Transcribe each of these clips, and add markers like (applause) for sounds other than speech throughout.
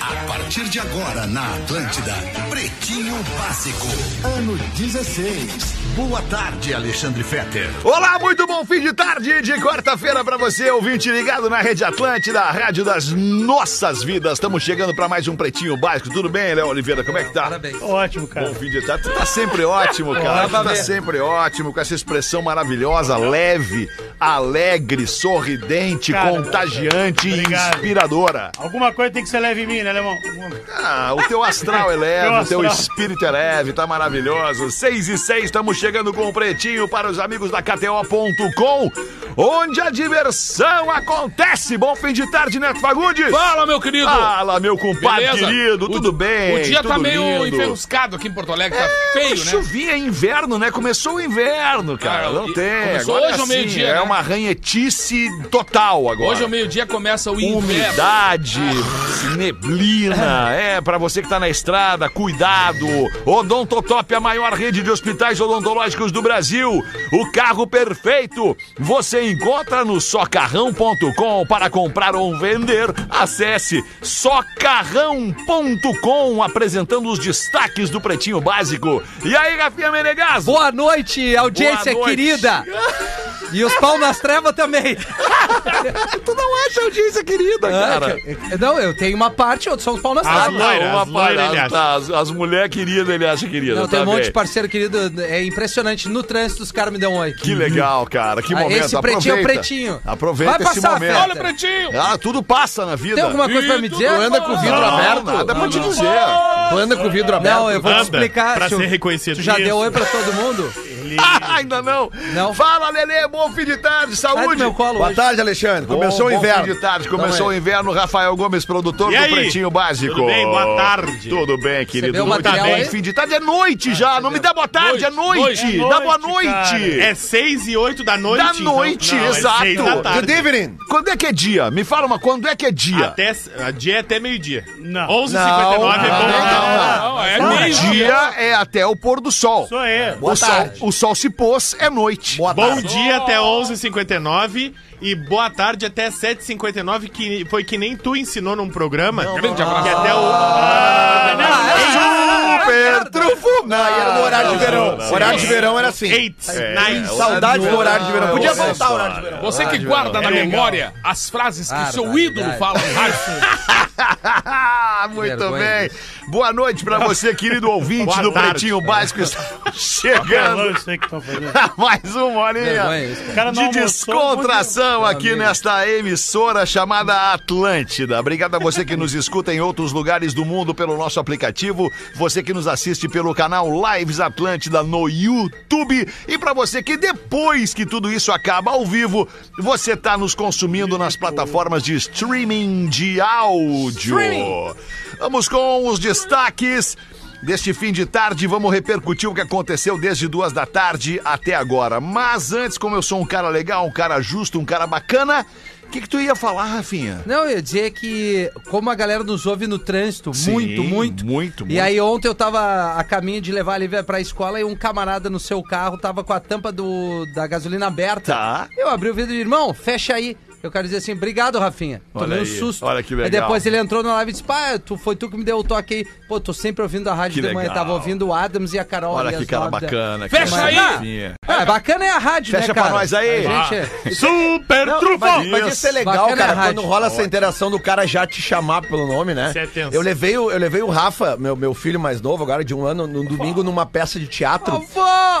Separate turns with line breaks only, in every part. A partir de agora na Atlântida, Pretinho Básico, ano 16. Boa tarde, Alexandre Fetter.
Olá, muito bom fim de tarde de quarta-feira pra você, ouvinte ligado na Rede Atlântida, a rádio das nossas vidas. Estamos chegando pra mais um Pretinho Básico. Tudo bem, Léo Oliveira? Como é que tá?
Parabéns.
Ótimo,
Bom
cara.
fim de tarde. Tu tá sempre ótimo, cara. Tu tá sempre ótimo, com essa expressão maravilhosa, leve, alegre, sorridente,
Cara,
contagiante e
obrigado.
inspiradora.
Alguma coisa tem que ser leve em mim, né, Lemão? Alguma-
Ah, o teu astral é leve,
(laughs) Meu
o teu
astral.
espírito é leve, tá maravilhoso. 6 e 6, estamos chegando com o Pretinho para os amigos da KTO.com, onde a diversão acontece. Bom fim de tarde, Neto Fagundes.
Fala, meu querido!
Fala, meu compadre
Beleza?
querido,
O-
tudo bem?
o dia
Ah, tudo
tá meio
lindo.
enferruscado aqui em Porto Alegre, tá
É,
feio, né?
Chovia inverno, né? Começou o inverno, cara.
Ah,
não
e-
tem.
começou
Agora
hoje ao
sim,
meio-dia,
É
né?
uma ranhetice total agora.
Hoje é ao meio-dia começa o inverno.
Umidade, neblina, é, pra você que tá na estrada, cuidado. Odontotop é a maior rede de hospitais odontológicos do Brasil. O carro perfeito você encontra no socarrão.com para comprar ou vender. Acesse socarrão.com apresentando os destaques do Pretinho Básico. E aí, Rafinha Menegas?
Boa noite, audiência
Boa noite.
querida! E os pau nas trevas também.
tu não acha audiência querida, (laughs) cara?
Ah, Não, eu tenho uma parte, outros são os pau nas
Ah,
trevas.
não, uma
as loiras,
parada,
ele acha.
tá, as, as mulheres queridas, ele acha querida.
Não, tem
tá
um monte
bem.
de parceiro querido, é impressionante. No trânsito os caras me dão um oi.
Que legal, cara. Que
Ah,
momento.
esse pretinho é o
Aproveita.
pretinho.
Aproveita
Vai
esse
passar a
momento.
festa.
Olha, Pretinho!
Ah, tudo passa na vida.
Tem alguma coisa pra me
Tu
dizer?
anda com o vidro
Não,
aberto?
não,
Nada pra te
não.
dizer.
Tu anda com o vidro aberto?
Não, eu vou te
Anda,
explicar.
pra
se eu-
ser reconhecido.
Tu já
Isso.
deu oi pra todo mundo?
Ah, (laughs) ainda não.
Não.
Fala, Lelê. Bom fim de tarde. Saúde.
Sai do meu colo
Boa
hoje.
tarde, Alexandre. Começou
Bom,
o inverno.
Bom fim de tarde. Começou o inverno. Rafael Gomes, produtor
E
do
aí?
Pretinho Básico.
Tudo bem? Boa tarde.
Tudo bem, querido.
deu o
Muito
material
bem.
aí?
Fim de tarde é noite já. Não me dá boa tarde. É noite.
Noite.
É
Dá boa
noite, cara.
noite.
É 6 e 8 da noite.
Da
então?
noite,
Não,
exato.
É seis da
Good
tarde.
evening.
Quando é que é dia? Me fala uma, quando é que é dia?
Até, a dia é até meio-dia.
Não.
11h59 é
não,
bom.
né?
não, não.
Não, é
O
meio
dia é até o pôr do sol.
Sou eu.
o, sol o sol se pôs, é noite.
Bom dia até 11h59 e boa tarde até 7h59, que foi que nem tu ensinou num programa. que é até o...
Ah,
Ah,
Super trufo! Ah, Não,
Aí era no horário de verão. horário de verão era assim.
Eight,
tá
nine,
Saudade do horário de verão. Podia voltar o horário de verão.
Você que guarda na
É legal.
memória as frases que
Claro,
seu
verdade.
ídolo fala no rádio.
Ah, Muito
Vergonha
bem. Boa noite pra você, querido ouvinte
Boa
do
tarde.
É.
Pretinho Básico.
(laughs)
Está
Falou
chegando
isso aí que estão fazendo.
a mais uma horinha.
Vergonha isso, cara.
cara não
de
almoçou,
descontração
fudeu.
aqui
Meu amigo.
nesta emissora chamada Atlântida. Obrigado a você que nos escuta em outros lugares do mundo pelo nosso aplicativo, você que nos assiste pelo canal Lives Atlântida no YouTube e para você que depois que tudo isso acaba ao vivo, você tá nos consumindo nas plataformas de streaming de áudio. Vamos com os destaques. Deste fim de tarde, vamos repercutir o que aconteceu desde duas da tarde até agora. Mas antes, como eu sou um cara legal, um cara justo, um cara bacana, o que, que tu ia falar, Rafinha?
Não, eu ia dizer que como a galera nos ouve no trânsito,
Sim,
muito, muito.
muito,
E
muito.
aí ontem eu tava a caminho de levar a Lívia pra escola e um camarada no seu carro tava com a tampa do, da gasolina aberta.
Tá.
Eu abri o vidro e disse, irmão, fecha aí. Eu quero dizer assim, obrigado, Rafinha.
Olha
Tomei um
aí,
susto.
olha que
Aí
legal.
depois ele entrou na live e disse, pá, tu, foi tu que me deu o toque aí. Pô, tô sempre ouvindo a rádio
Que
de manhã.
legal.
Tava ouvindo o Adams e a Carol.
Olha
ali
que
às
cara
nove da-
bacana. que
Fecha
cara
aí! Ah.
Rafinha.
É, bacana é a rádio,
Fecha
né, cara?
pra nós aí.
A gente... é-
Super trufo.
Mas, mas isso é legal,
Bacana
cara,
a rádio.
quando rola essa interação do cara já te chamar pelo nome, né?
Isso é tenso.
Eu levei, o- eu levei o Rafa, meu, meu filho mais novo, agora de um ano, no domingo, numa peça de teatro
Vovó!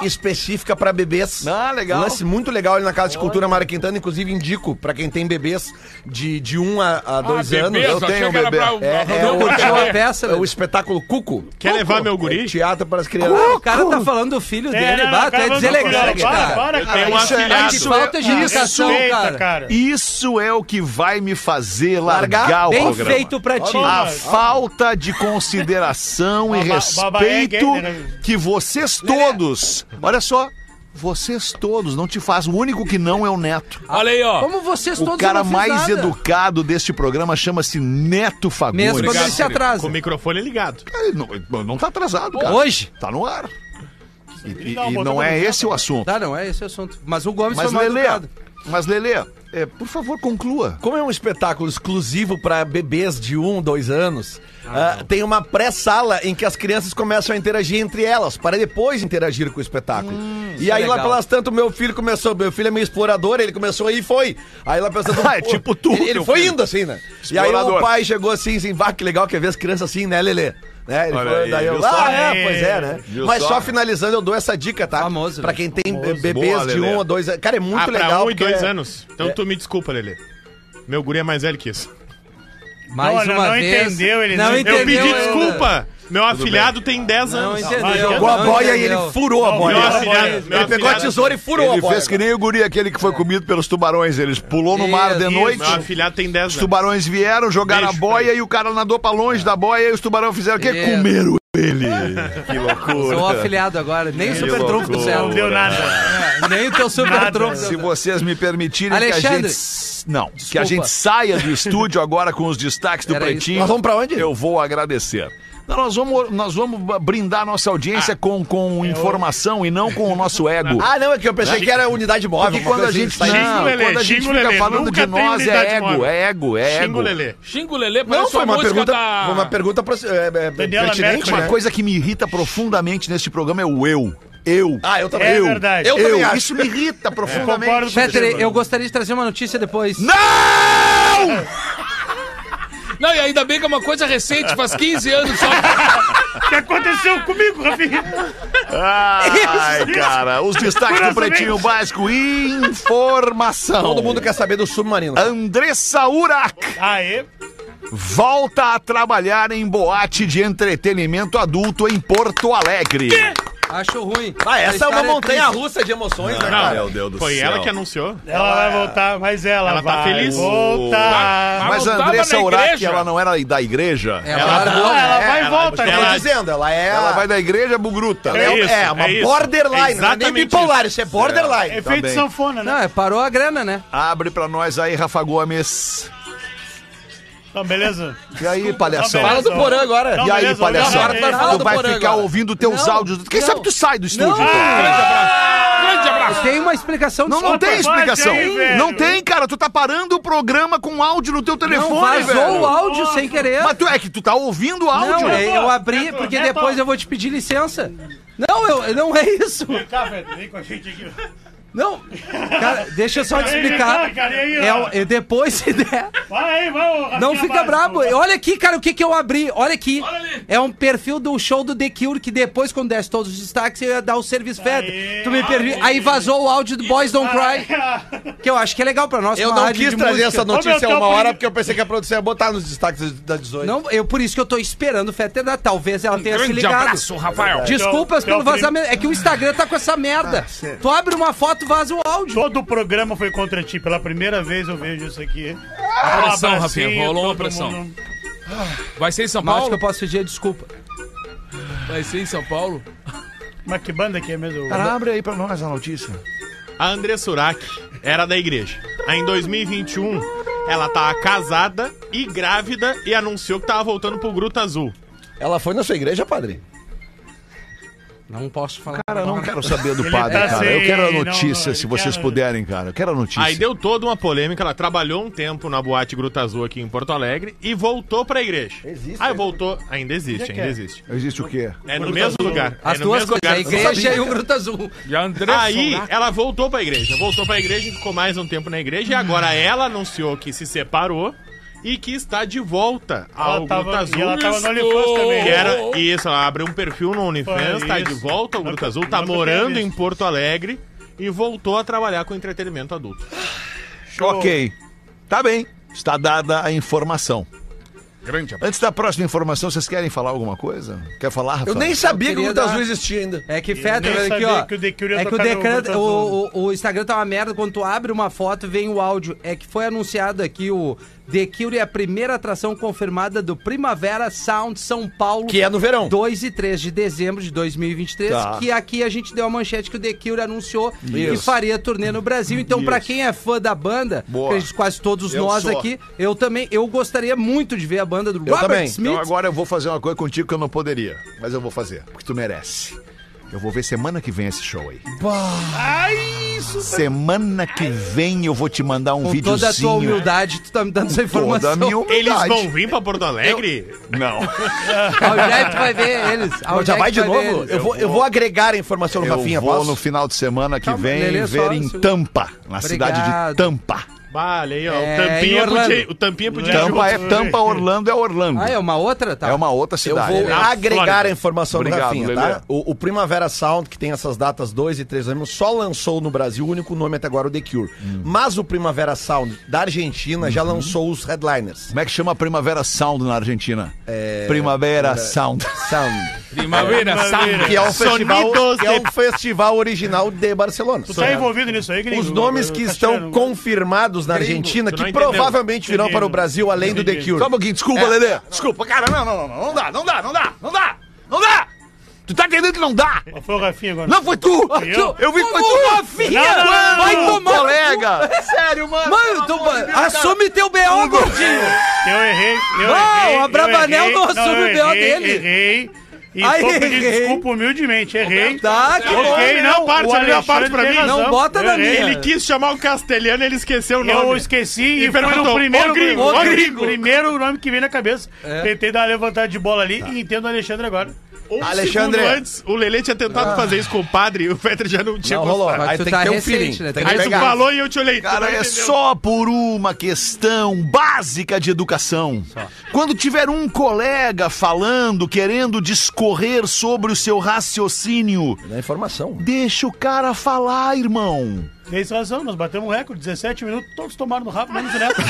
(laughs) específica pra bebês.
Ah, legal.
Um lance muito legal ali na Casa de Cultura Mara Quintana, inclusive indico pra quem tem bebês de, de um a, a dois
bebês,
anos.
eu
achei
tenho
que era
bebê.
pra- um pra-
É, é,
pra-
o,
curtiu a
é,
peça,
é o
né?
espetáculo Cuco.
Quer levar meu guri?
É teatro para as
Ah, o
crianças.
cara tá falando do filho
É,
dele,
não,
bato,
cara,
é
vamos
deselegante,
procurar.
cara.
Para,
Tem
para, cara.
um
Isso é-
afilhado.
Que falta de
Isso
educação,
Respeita,
cara.
cara.
Isso é o que vai me fazer largar, o
Bem
programa.
feito pra ti.
A
Olha,
falta de consideração e
Baba- baba é gay,
respeito
né?
que vocês todos, olha só, Vocês todos, não te faz. O único que não é o Neto.
Olha aí, ó.
Como vocês todos
O
eu
cara
não fiz
mais
nada.
educado deste programa chama-se Neto Fagundes.
Mesmo quando ele se
Com
atrasa.
o microfone ligado.
Ele não, não tá atrasado, cara.
Hoje?
Tá no ar. E, e-
Não,
e
botamos
não é
no
esse o assunto.
Tá, não, é esse o assunto. Mas o Gomes
Mas
foi mais
Lelê,
educado.
mas Lelê, é, por favor, conclua.
Como é um espetáculo exclusivo para bebês de um, dois anos, ah, tem uma pré-sala em que as crianças começam a interagir entre elas, para depois interagir com o espetáculo. e
é
aí, lá
legal.
pelas tantas, meu filho começou, meu filho é meio explorador, ele começou aí e foi. Aí lá pensando.
Ah, é
pô,
tipo tu,
Ele, ele
teu
foi
filho.
indo assim, né? E aí o
Explorador.
pai chegou assim, assim, vá, que legal que é ver as crianças assim, né, Lelê? Né? Ele falou, daí eu, ah, é, pois é, né?
Viu
Mas
só?
só? finalizando, eu dou essa dica, tá?
Famoso,
Pra
né?
quem tem bebês
Boa,
de
Lelê.
um a dois anos. Cara, é muito
Ah, pra
legal.
um e
porque
dois
é-
anos. Então tu me desculpa, Lelê. Meu guri é mais velho que isso.
Mais
Olha,
Ah, uma
não
vez.
entendeu, ele
não
não- Eu
entendeu.
Eu pedi
ainda.
desculpa. Meu afilhado tem 10
Não
anos.
entendeu.
Jogou a
não
boia e
entendeu.
ele furou a boia.
Meu afilhado, meu
Ele pegou a
afilhado-
tesoura e furou a
Ele
boia.
fez que nem o guri aquele que foi comido pelos tubarões. Eles pulou no mar de
Isso,
noite.
Meu afilhado tem 10
Os
anos.
tubarões vieram, jogaram
Beijo
a
pra
boia e o cara nadou pra longe da boia e os tubarões fizeram o quê?
Isso.
Comeram
(laughs)
ele. Que loucura.
Sou afiliado agora. Nem o super
loucura.
trunfo do céu.
Não deu nada.
É, nem o teu super trunfo.
Se vocês me permitirem que a
Alexandre.
gente. s- Não, que a gente saia do estúdio agora com os destaques do
Era isso.
Pretinho.
Nós vamos pra onde?
Eu vou agradecer. Não, nós, vamos, nós vamos brindar nossa
Ah.
audiência com,
É
com informação e não com o nosso ego.
Ah, não, é que eu pensei que era unidade móvel.
Porque
uma
quando a
coisa
gente,
assim,
não,
sai-
Xinga o Lelê,
quando a gente
xinga o
fica
Lelê,
falando
nunca
de
tem
nós,
unidade
é ego,
móvel.
é ego, é
Xingo
ego.
Lelê.
Xingo Lelê parece
Não, foi uma
música
pergunta,
da...
foi uma pergunta pro- é, é, é,
Daniela
pertinente,
Mercury,
Uma
né?
É.
coisa que me irrita profundamente neste programa é o eu. Eu.
Ah, eu também.
É
eu.
verdade.
Eu, também
Eu.
acho.
Isso me irrita
Concordo
profundamente.
com você,
Fetter,
mano.
eu gostaria de trazer uma notícia depois.
Não!
Não, e ainda bem que é uma coisa recente, faz 15 anos só.
O que aconteceu comigo, Rafinha?
Ai, cara, os destaques do Pretinho Básico, informação.
Todo mundo quer saber do submarino.
Andressa Urak
Aê.
volta a trabalhar em boate de entretenimento adulto em Porto Alegre.
Acho ruim.
Ah, essa é uma
história
montanha
triste.
russa de emoções, né,
Não,
cara?
Meu Deus do
Foi
céu.
ela que anunciou.
Ela vai voltar, mas ela
Ela
vai
tá feliz. Tá.
voltar.
Mas a
voltava
Andressa
na
Urak,
igreja.
ela não era da igreja.
É, ela largou,
Ah, ela
né?
vai e
ela-
volta.
Tô
ela-
dizendo, ela é...
Ela vai da igreja bugruta.
é,
isso,
é uma
é isso.
borderline, não é nem
Exatamente
bipolar, isso é borderline.
Efeito
bem.
sanfona, né?
Não, é, parou a grana, né?
Abre pra nós aí, Rafa Gomes.
Então, beleza.
E aí, palhação?
Fala
Fala
do Porã agora.
Não,
E aí,
beleza,
palhação?
olha,
vai falar
Tu
do
vai
Porã
ficar
agora.
ouvindo teus
Não,
áudios. Quem
não.
sabe tu sai do estúdio?
Não.
então?
Grande abraço.
Tem uma explicação
Não, não
Opa,
tem explicação.
vai, velho.
não tem, cara. Tu tá parando o programa com áudio no teu telefone,
Não, vazou
velho.
o áudio sem querer.
Mas tu é que tu tá ouvindo o áudio.
Não, é, eu abri
Neto,
porque
Neto.
depois eu vou te pedir licença. Não, eu, não é isso.
Vem cá, Pedro, vem com a gente aqui.
Não, cara, deixa eu só te
Aí,
explicar.
cara, cara, e aí,
É,
ó?
e depois se der,
Vai aí, vamos. assim,
não fica brabo. Olha aqui, cara, o que que eu abri. Olha aqui.
Olha ali.
É um perfil do show do The Cure que depois, quando desse todos os destaques, eu ia dar o serviço feto.
Aí,
Tu me permi... Aí vazou o áudio do Boys Don't Cry, que eu acho que é legal pra nós.
Eu
uma
não
rádio
quis
de
trazer
música.
essa
Ô, meu,
notícia
teu
uma hora,
filho-
porque eu pensei que a produção ia botar nos destaques da 18.
Não, eu por isso que eu tô esperando o Fetter dar. Talvez ela tenha se
Grande
assim ligado.
abraço, Rafael.
Desculpas
Teu-
pelo
teu
vazamento. É que o Instagram tá com essa merda. tu abre uma foto, vaza o áudio.
Todo o programa foi contra ti. Pela primeira vez eu vejo isso aqui. Um
pressão,
abracinho,
Rafinha, rolou uma
todo
pressão.
mundo.
Vai ser em São
Mas acho que
Paulo?
eu posso pedir desculpa.
Vai ser em São Paulo?
Mas que banda que é mesmo?
né?
Cara, abre aí pra nós a notícia.
A André Surak era da igreja. Aí em 2021, ela tá casada e grávida e anunciou que tava voltando pro Gruta Azul.
Ela foi na sua igreja, padre?
Não posso falar.
Cara, eu não quero saber do padre,
tá
cara. Eu
sem-
quero a
não,
notícia,
não,
se
ele
vocês
quer-
puderem, cara. Eu quero a notícia.
Aí deu toda uma polêmica, ela trabalhou um tempo na boate Gruta Azul aqui em Porto Alegre e voltou pra igreja.
Existe
Aí
ainda?
voltou, ainda existe, ainda
né? é?
existe.
Existe o quê?
É no mesmo lugar.
As
é no
duas
mesmo
coisas, a
lugar.
igreja e o um. Gruta Azul.
De André
Aí
Solar.
ela voltou pra igreja, voltou pra igreja e ficou mais um tempo na igreja. E
Hum.
agora ela anunciou que se separou e que está de volta ao
Ela
Gruta
tava,
Azul.
e ela tava no OnlyFans também.
Que era isso, ela abriu um perfil no OnlyFans,
Foi
tá de
isso.
volta ao Gruta
Nunca-
Azul, tá
nunca tinha
morando
visto.
em Porto Alegre e voltou a trabalhar com entretenimento adulto.
Ok. Tá bem. Está dada a informação.
Grande
Antes da próxima informação, vocês querem falar alguma coisa? Quer falar, Rafa?
Eu nem sabia que o
queria
Gruta
dar-
Azul existia ainda.
É que
nem
Fetter, aqui,
sabia
ó.
que o The Cure ia
é que o,
tocar no
decreto,
Gruta Azul.
o, o, o Instagram tá uma merda. Quando tu abre uma foto, vem o áudio. É que foi anunciado aqui o The Cure é a primeira atração confirmada do Primavera Sound São Paulo.
Que é no
Então.
verão.
2 e 3 de dezembro de 2023,
Tá.
que aqui a gente deu a manchete que o The Cure anunciou que
Isso.
faria turnê no Brasil. Então, pra quem é fã da banda,
Boa.
que a gente- quase todos
Eu
nós
sou.
aqui, eu também, eu gostaria muito de ver a banda do
Eu
Robert
também.
Smith.
Então agora eu vou fazer uma coisa contigo que eu não poderia, mas eu vou fazer, porque tu merece. Eu vou ver semana que vem esse show aí. tá- Semana que vem eu vou te mandar um
Com
videozinho.
toda a tua humildade, tu tá me dando essa
Toda
informação.
a minha
(laughs)
um
humildade.
Eles vão vir pra Porto Alegre?
Não.
Aonde é que tu vai ver eles? Aonde
Já
é que
vai
tu
de
ver
novo?
eles?
Eu vou, eu vou agregar a informação no
Eu
Rafinha,
vou
posso?
no final de semana que
Calma,
vem
Lelê,
ver
só um
em
segundo.
Tampa, na cidade
Obrigado.
de Tampa.
Vale aí, ó.
É,
o,
em
tampinha
Orlando.
podia, o Tampinha podia ir
Tampa é
junto.
Tampa, Orlando é Orlando.
Ah, é
é,
uma outra? Tá.
uma outra
Eu
cidade.
vou
né?
agregar
Flórida.
a informação do
Obrigado,
Rafinha,
Lelê.
tá? O, o Primavera Sound, que tem essas datas 2 e 3 de dezembro, só lançou no Brasil o único nome até agora, é o The Cure.
Hum.
Mas o Primavera Sound da Argentina já
Uhum.
lançou os headliners.
Como é que chama Primavera Sound na Argentina?
É,
Primavera
(laughs)
Sound.
Sound.
Primavera,
né?
sabe?
Que é um festival,
Sonidos
que é um
de-
festival original de Barcelona.
Tu tá envolvido nisso aí, gringo?
né? Os nomes que
Tá
estão
tirando-
confirmados na Argentina,
tu
que
não entendeu.
provavelmente virão
Entendi.
para o Brasil além do The
Entendi.
Cure.
Calma aqui, desculpa, Lelê. Desculpa, cara, não, não, não, não dá, não dá, não dá, não dá, não dá. Tu tá entendendo que não dá?
Mas Foi o Rafinha agora.
Não foi tu!
eu?
Eu vi que foi
Como
tu!
Rafinha?
Não, não, não,
Vai
não,
tomar. no cu.
Colega! Sério, mano!
Mano, tu, assume teu B.O., gordinho.
Eu errei, eu
Não,
errei.
a
eu
Bravanel
errei.
não assume
eu
o B.O.
errei,
dele.
Errei. E
Ai,
tô pedindo
errei.
desculpa humildemente, errei.
Tá, que bom.
Ok,
não,
não,
parte,
o
a melhor parte
Alexandre
pra
tem
mim.
razão.
Não bota
Eu
na
errei.
minha.
Ele quis chamar o castelhano, ele esqueceu o nome.
Eu esqueci e,
E
foi
perguntou,
o primeiro
"Ô, gringo,
o
ô,
gringo.
gringo." É.
primeiro nome que veio na cabeça. Tentei dar uma levantada de bola ali e entendo o Alexandre agora.
Um
Alexandre.
segundo antes, o Lelê tinha
Ah.
tentado fazer isso com o padre e o Fetter já não tinha
Não,
gostado.
rolou.
Mas
Aí
tu
tem
tá
que ter um
recente,
feeling.
né?
Tem que
Aí tu
pegar.
falou e eu te olhei. tu não
Cara, é
entendeu.
só por uma questão básica de educação. Quando tiver um colega falando, querendo discorrer sobre o seu raciocínio,
Da informação.
deixa o cara falar, irmão.
Tem razão, nós batemos um recorde, 17 minutos, todos tomaram no rabo, menos
(laughs)
o Neto.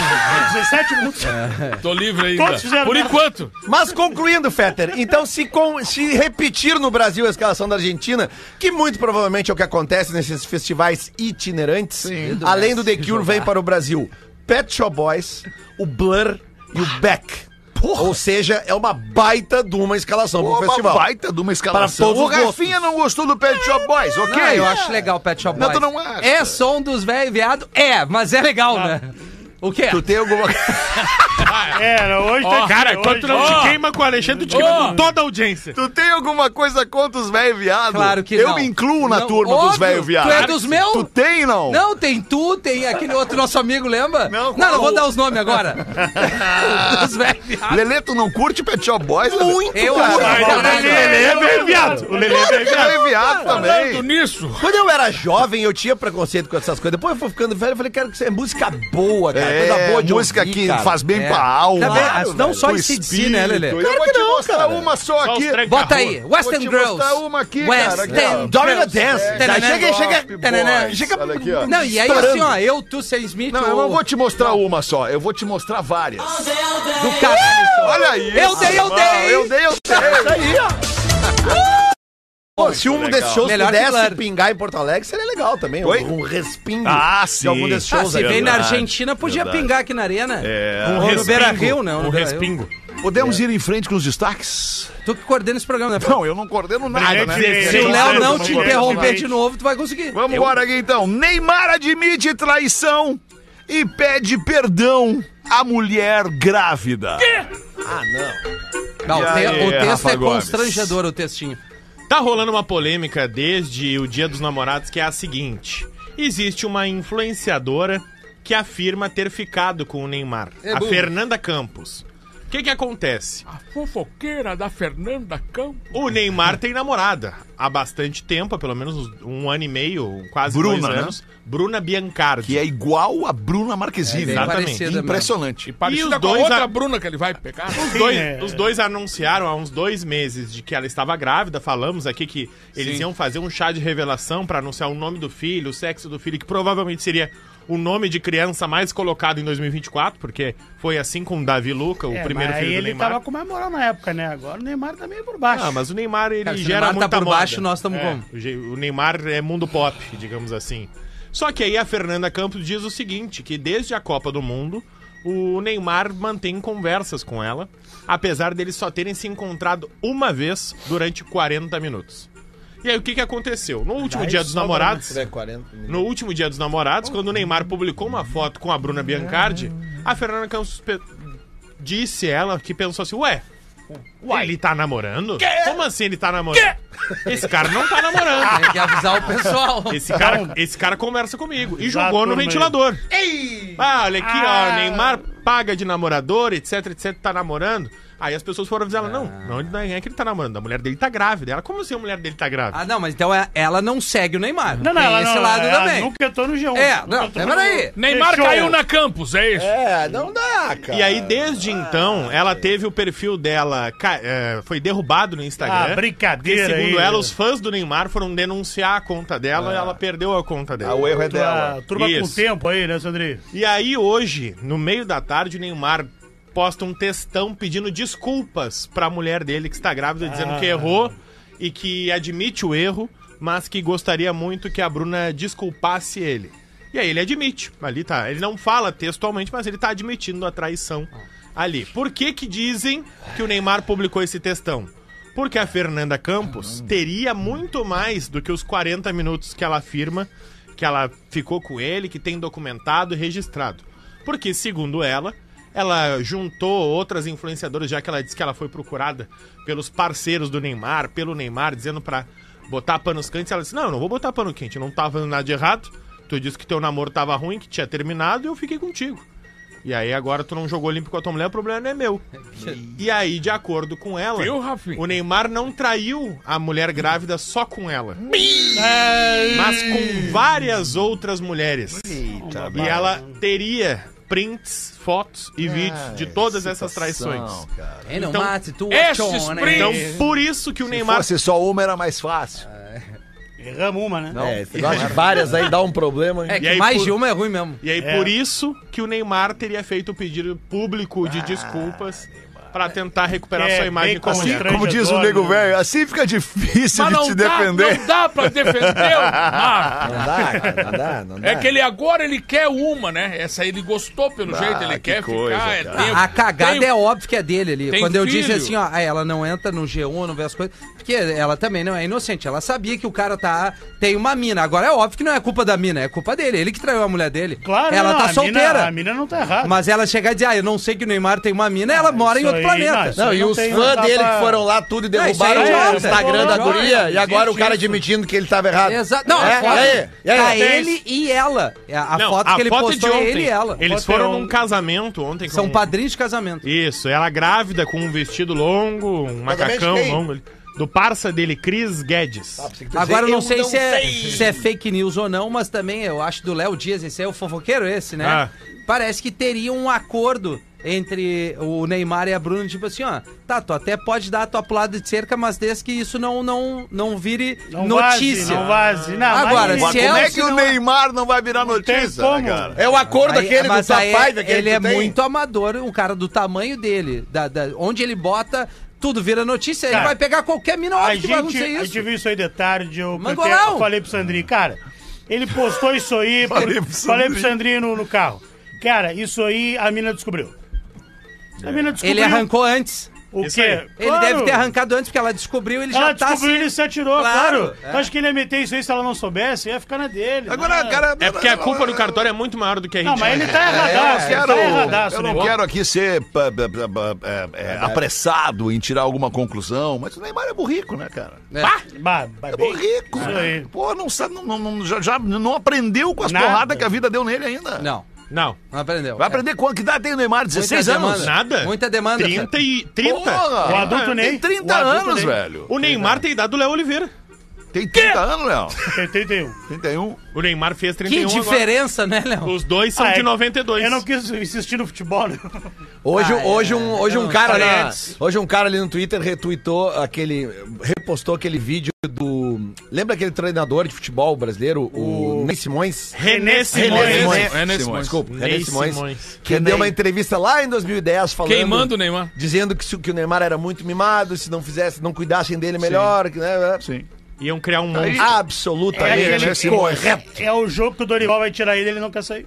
17 minutos.
É.
Tô livre
Todos
ainda.
fizeram
Por
merda.
enquanto.
Mas concluindo, Fetter, então se, com- se repetir no Brasil a escalação da Argentina, que muito provavelmente é o que acontece nesses festivais itinerantes, além do The Cure, vem para o Brasil Pet Shop Boys, o Blur e o Beck. Ou seja, é uma baita de uma escalação para o
Uma
festival.
baita de uma escalação.
todos
O
os gostos.
Rafinha não gostou do Pet Shop Boys, ok?
Não, "Ah, eu acho legal o Pet Shop
Não,
Boys.
tu não acha.
É som dos velhos viado? É, mas é legal, né? O quê?
Tá. Tu tem um- alguma...
É, hoje tá
Cara,
hoje-
quando tu não
Ó,
te queima com o Alexandre, tu te queima com toda a audiência.
Tu tem alguma coisa contra os velho viado?
Claro que
eu
não.
me incluo na
Não,
turma dos
óbvio.
velho viado.
Tu é dos meus?
Tu tem, não?
Não, tem tu, tem aquele outro nosso amigo, lembra?
Não,
Não, não,
qual?
vou dar os
(laughs)
nomes agora. dos velhos viados.
Lelê, tu não curte Pet Shop Boys? Lelê?
Muito,
Eu
cara.
acho
Tá então
né?
Mas o
Caralho.
Lelê é bem viado. O Lelê é bem
Tu
viado.
é viado
Falando
também.
nisso.
Quando eu era jovem, eu tinha preconceito com essas coisas. Depois eu fui ficando velho, eu falei, cara, que isso é música boa, cara. coisa boa de
É, música
ouvir,
que
cara.
faz bem
É.
pra alma.
Também, não
velho,
só
pro
AC/DC, né, Lelê?
espírito. Eu
Claro
vou
que
te
não,
mostrar
cara.
uma só
Só os
aqui.
três
Bota
carros.
aí, Western
Vou te
Girls.
mostrar uma aqui, cara, aqui, ó.
Western
Domino
Girls.
Dance.
É,
Já
tananã.
chega, chega.
Tananã.
Chega-
Chega.
Olha aqui, ó.
Não, e aí
Estourando.
assim, ó, eu, tu, Sam Smith,
Não,
o-
eu não vou te mostrar uma só, eu vou te mostrar várias.
do caralho.
Olha isso.
Eu dei, eu
irmão,
dei.
Eu dei, eu dei.
Aí, ó. Pô, se um desses shows
Melhor que
pudesse
Blur.
pingar em Porto Alegre, seria legal também.
Oi?
Um respingo
Ah,
de algum
sim.
desses
Ah,
shows
se
aí.
vem na
verdade,
Argentina, podia
verdade.
pingar aqui na arena.
É.
Ou no Beira Rio, não.
Um
no Beira-Rio.
respingo.
Podemos ir em frente com os destaques?
Tu que coordena esse programa, né?
Não, eu não coordeno
Ah,
nada,
é
né?
Se o Léo não te
Vamos
interromper
embora.
de novo, tu vai conseguir.
Vamos embora aqui então. Neymar admite traição e pede perdão à mulher grávida.
Não,
E
o te-
aí,
o texto
Rafa
é
Gomes?
constrangedor, o textinho.
Tá rolando uma polêmica desde o Dia dos Namorados que é a seguinte: existe uma influenciadora que afirma ter ficado com o Neymar,
É
a
bom.
Fernanda Campos. O que que acontece?
A fofoqueira da Fernanda Campos.
O Neymar tem namorada há bastante tempo, há pelo menos uns- um ano e meio, quase
Bruna,
dois
né?
anos. Bruna Biancardi.
Que é igual a Bruna Marquezine.
bem
Exatamente.
parecida mesmo.
Impressionante.
Parecida
os
com a
dois
outra
a-
Bruna que ele vai pegar.
Os dois,
né?
os dois anunciaram há uns dois meses de que ela estava grávida. Falamos aqui que eles iam fazer um chá de revelação para anunciar o nome do filho, o sexo do filho, que provavelmente seria o nome de criança mais colocado em 2024, porque foi assim com o Davi Luca, o
É,
primeiro
mas
filho
aí
do
ele
Neymar.
tava com mais moral na época, né? Agora o Neymar tá meio por baixo.
Ah, mas o Neymar ele
Cara, se o
gera
Neymar tá
muita
por
moda.
baixo, nós tamo
É,
como?
o je- O Neymar é mundo pop, digamos assim. Só que aí a Fernanda Campos diz o seguinte, que desde a Copa do Mundo, o Neymar mantém conversas com ela, apesar deles só terem se encontrado uma vez durante 40 minutos. E aí, o que, que aconteceu? No último dia dos namorados, no último dia dos namorados, quando o Neymar publicou uma foto com a Bruna Biancardi, a Fernanda Campos pe- disse ela que pensou assim, ué, ué ele tá namorando? Como assim ele tá namorando? Esse cara não tá namorando.
Tem que avisar o pessoal.
Esse cara, esse cara conversa comigo. E jogou no
Exatamente.
ventilador. Ah, olha aqui, ó. Neymar paga de namorador, etc, etc, tá namorando. Aí as pessoas foram avisar ela, não, não, não é que ele tá namorando, a mulher dele tá grávida. Ela, como assim a mulher dele tá grávida?
Ah, não, mas então é- ela não segue o Neymar.
Não, não,
Tem
ela
esse
não,
lado
ela
também.
Nunca entrou no G1.
É,
Nunca
não, mas
entrou no
peraí.
G1.
(laughs) Neymar
Fechou.
caiu na Campos, é isso?
É, não dá, cara.
E aí,
Ah,
desde então, ela teve o perfil dela, ca- é, foi derrubado no Instagram.
Ah, brincadeira
Porque, segundo
aí.
ela, os fãs do Neymar foram denunciar a conta dela e ela perdeu a conta dela.
Ah, o erro é dela.
Ah, turma com
Isso.
tempo aí, né, Sandri?
E aí hoje, no meio da tarde, o Neymar posta um textão pedindo desculpas pra mulher dele que está grávida, dizendo que errou e que admite o erro, mas que gostaria muito que a Bruna desculpasse ele. E aí ele admite, ali tá, ele não fala textualmente, mas ele tá admitindo a traição ali. Por que que dizem que o Neymar publicou esse textão? Porque a Fernanda Campos teria muito mais do que os 40 minutos que ela afirma que ela ficou com ele, que tem documentado e registrado. Porque, segundo ela, ela juntou outras influenciadoras, já que ela disse que ela foi procurada pelos parceiros do Neymar, pelo Neymar, dizendo pra botar panos quentes. Ela disse: Não, eu não vou botar pano quente, eu não tava fazendo nada de errado. Tu disse que teu namoro tava ruim, que tinha terminado e eu fiquei contigo. E aí agora tu não jogou limpo com a tua mulher, o problema não é meu. E aí, de acordo com ela,
Viu, Rafinha?
o Neymar não traiu a mulher grávida só com ela mas com várias outras mulheres. e ela teria prints, fotos
É,
e vídeos de todas essas traições.
Ei, não
Então,
mate, tu
esses
achou, né?
prints-
Então, por isso que o
Se
Neymar.
fosse só uma, era mais fácil.
Erramos uma, né?
É, esse negócio de várias aí dá um problema. hein?
É que
E aí,
mais
por-
de uma é ruim mesmo.
E aí,
É.
por isso que o Neymar teria feito o pedido público
Ah,
de desculpas pra tentar recuperar
É,
sua imagem
bem
com a
constrangedor. né?
mulher.
Como diz o nego velho, assim fica difícil
Mas
de
não
te
dá,
defender.
não dá pra defender o
(laughs)
Neymar.
Não dá, cara, não dá, não dá.
É que ele agora ele quer uma, né? Essa aí ele gostou pelo jeito, ele
que
quer
coisa,
ficar. É
cara.
tempo.
A cagada
Tem- um-
é óbvio que é dele ali.
tem
Quando eu
filho.
disse assim, ó, ah, ela não entra no G1, não vê as coisas. Porque ela também não é inocente. Ela sabia que o cara tá. Tem uma mina. Agora é óbvio que não é culpa da mina, é culpa dele. Ele que traiu a mulher dele.
Claro,
Ela
não,
tá
a
solteira.
Mina, a mina não tá errada.
Mas ela chegar e dizer, ah, eu não sei que o Neymar tem uma mina, ela mora em
Ah, isso
outro
aí,
planeta.
não, isso
Não, e
Não
os
tem-
fãs
não dá
dele
pra-
que foram lá tudo e
isso aí
derrubaram
é
o
idiota,
Instagram
é
da
idiota,
guria e agora o cara
isso.
admitindo que ele tava errado.
Exato. Não,
É,
a foto,
e aí? E aí?
tá
Tem
ele e ela. É A
Não,
foto que ele
foto é
postou é ele e ela.
Eles
Foto é
foram
um-
num casamento ontem com um-
São padrinhos de casamento.
Isso, ela grávida com um vestido longo, um macacão
quem?
longo. ali, Do parça dele, Cris Guedes.
Agora eu não sei, se, é, se é fake news ou não, mas também eu acho do Léo Dias, esse é o fofoqueiro esse, né?
Ah.
Parece que teria um acordo entre o Neymar e a Bruna, tipo assim, ó, tá, tu até pode dar a tua pulada de cerca, mas desde que isso não não não vire
Não
notícia.
Vaze, não vaze. Não,
Agora,
mas-
Mas
se
como é
Chelsea
que o
não-
Neymar não vai virar
tem
notícia, né,
como.
cara?
É o acordo
Aí-
aquele do
mas
Top
aí
5, aquele
ele
que
é
tu tem.
muito amador, um cara do tamanho dele, da, da- onde ele bota, tudo vira notícia, ele
Cara,
vai pegar qualquer mina,
A
óbvio que vai
gente,
acontecer
a
isso.
gente viu isso aí de tarde. Eu,
Mas
eu te-
Golão!
eu falei pro Sandrinho, cara, ele postou isso aí. por- falei, pro Sandrinho no, no carro. Cara, isso aí a mina descobriu. A mina descobriu.
Ele arrancou antes.
O
Isso
quê?
aí.
Ele
Claro.
deve ter arrancado antes, porque ela descobriu, ele
Ela
já tá
descobriu e
assim,
ele se atirou,
Claro,
claro.
é.
Eu acho que ele ia meter isso aí se ela não soubesse, ia ficar na dele.
Agora,
né?
cara,
É porque a culpa do cartório é muito maior do que a gente.
Não, mas ele tá
Eu,
erradaço. ele
quero,
tá erradaço,
eu não
né?
quero aqui ser pa- pa- pa- pa- é, é, apressado em tirar alguma conclusão, mas o Neymar é burrico, né, cara?
né?
Bah, bah,
É
bem-
burrico.
Isso
cara.
aí.
Pô, não sabe, não, não- não- já, já não aprendeu com as
Nada.
porradas que a vida deu nele ainda.
Não,
tá-
Não.
não aprendeu. É.
Vai aprender quanto que dá? Tem o Neymar, 16 anos.
demanda.
Nada.
Muita demanda,
30 e. 30?
Porra!
O adulto
Tem
Ney.
30
o adulto
anos,
Ney.
velho.
O Neymar tem idade do Léo Oliveira.
Tem 30 anos, Léo.
Tem 31.
31.
O Neymar fez
Que
31 agora.
diferença, né, Léo?
Os dois são
Ah, é
de
que
92.
Eu não quis insistir no futebol, né?
Hoje,
Ah,
hoje,
é.
um, hoje um
Não,
cara
falei
na-
antes.
hoje um cara ali no Twitter retweetou aquele repostou aquele vídeo do lembra aquele treinador de futebol brasileiro o, Ney Simões
René
René
Simões.
Simões.
É nesse momento.
Desculpa, René
Ney
Simões,
Simões.
que deu uma entrevista lá em 2010 falando
Queimando
(laughs)
o Neymar.
dizendo que, se- que o Neymar era muito mimado, se não fizesse, não cuidassem dele melhor, que, né?
Sim.
Iam criar um
Tá
monstro.
Ah,
Absolutamente
É aquele-
correto.
É o jogo que o Dorival vai tirar ele, ele não quer sair.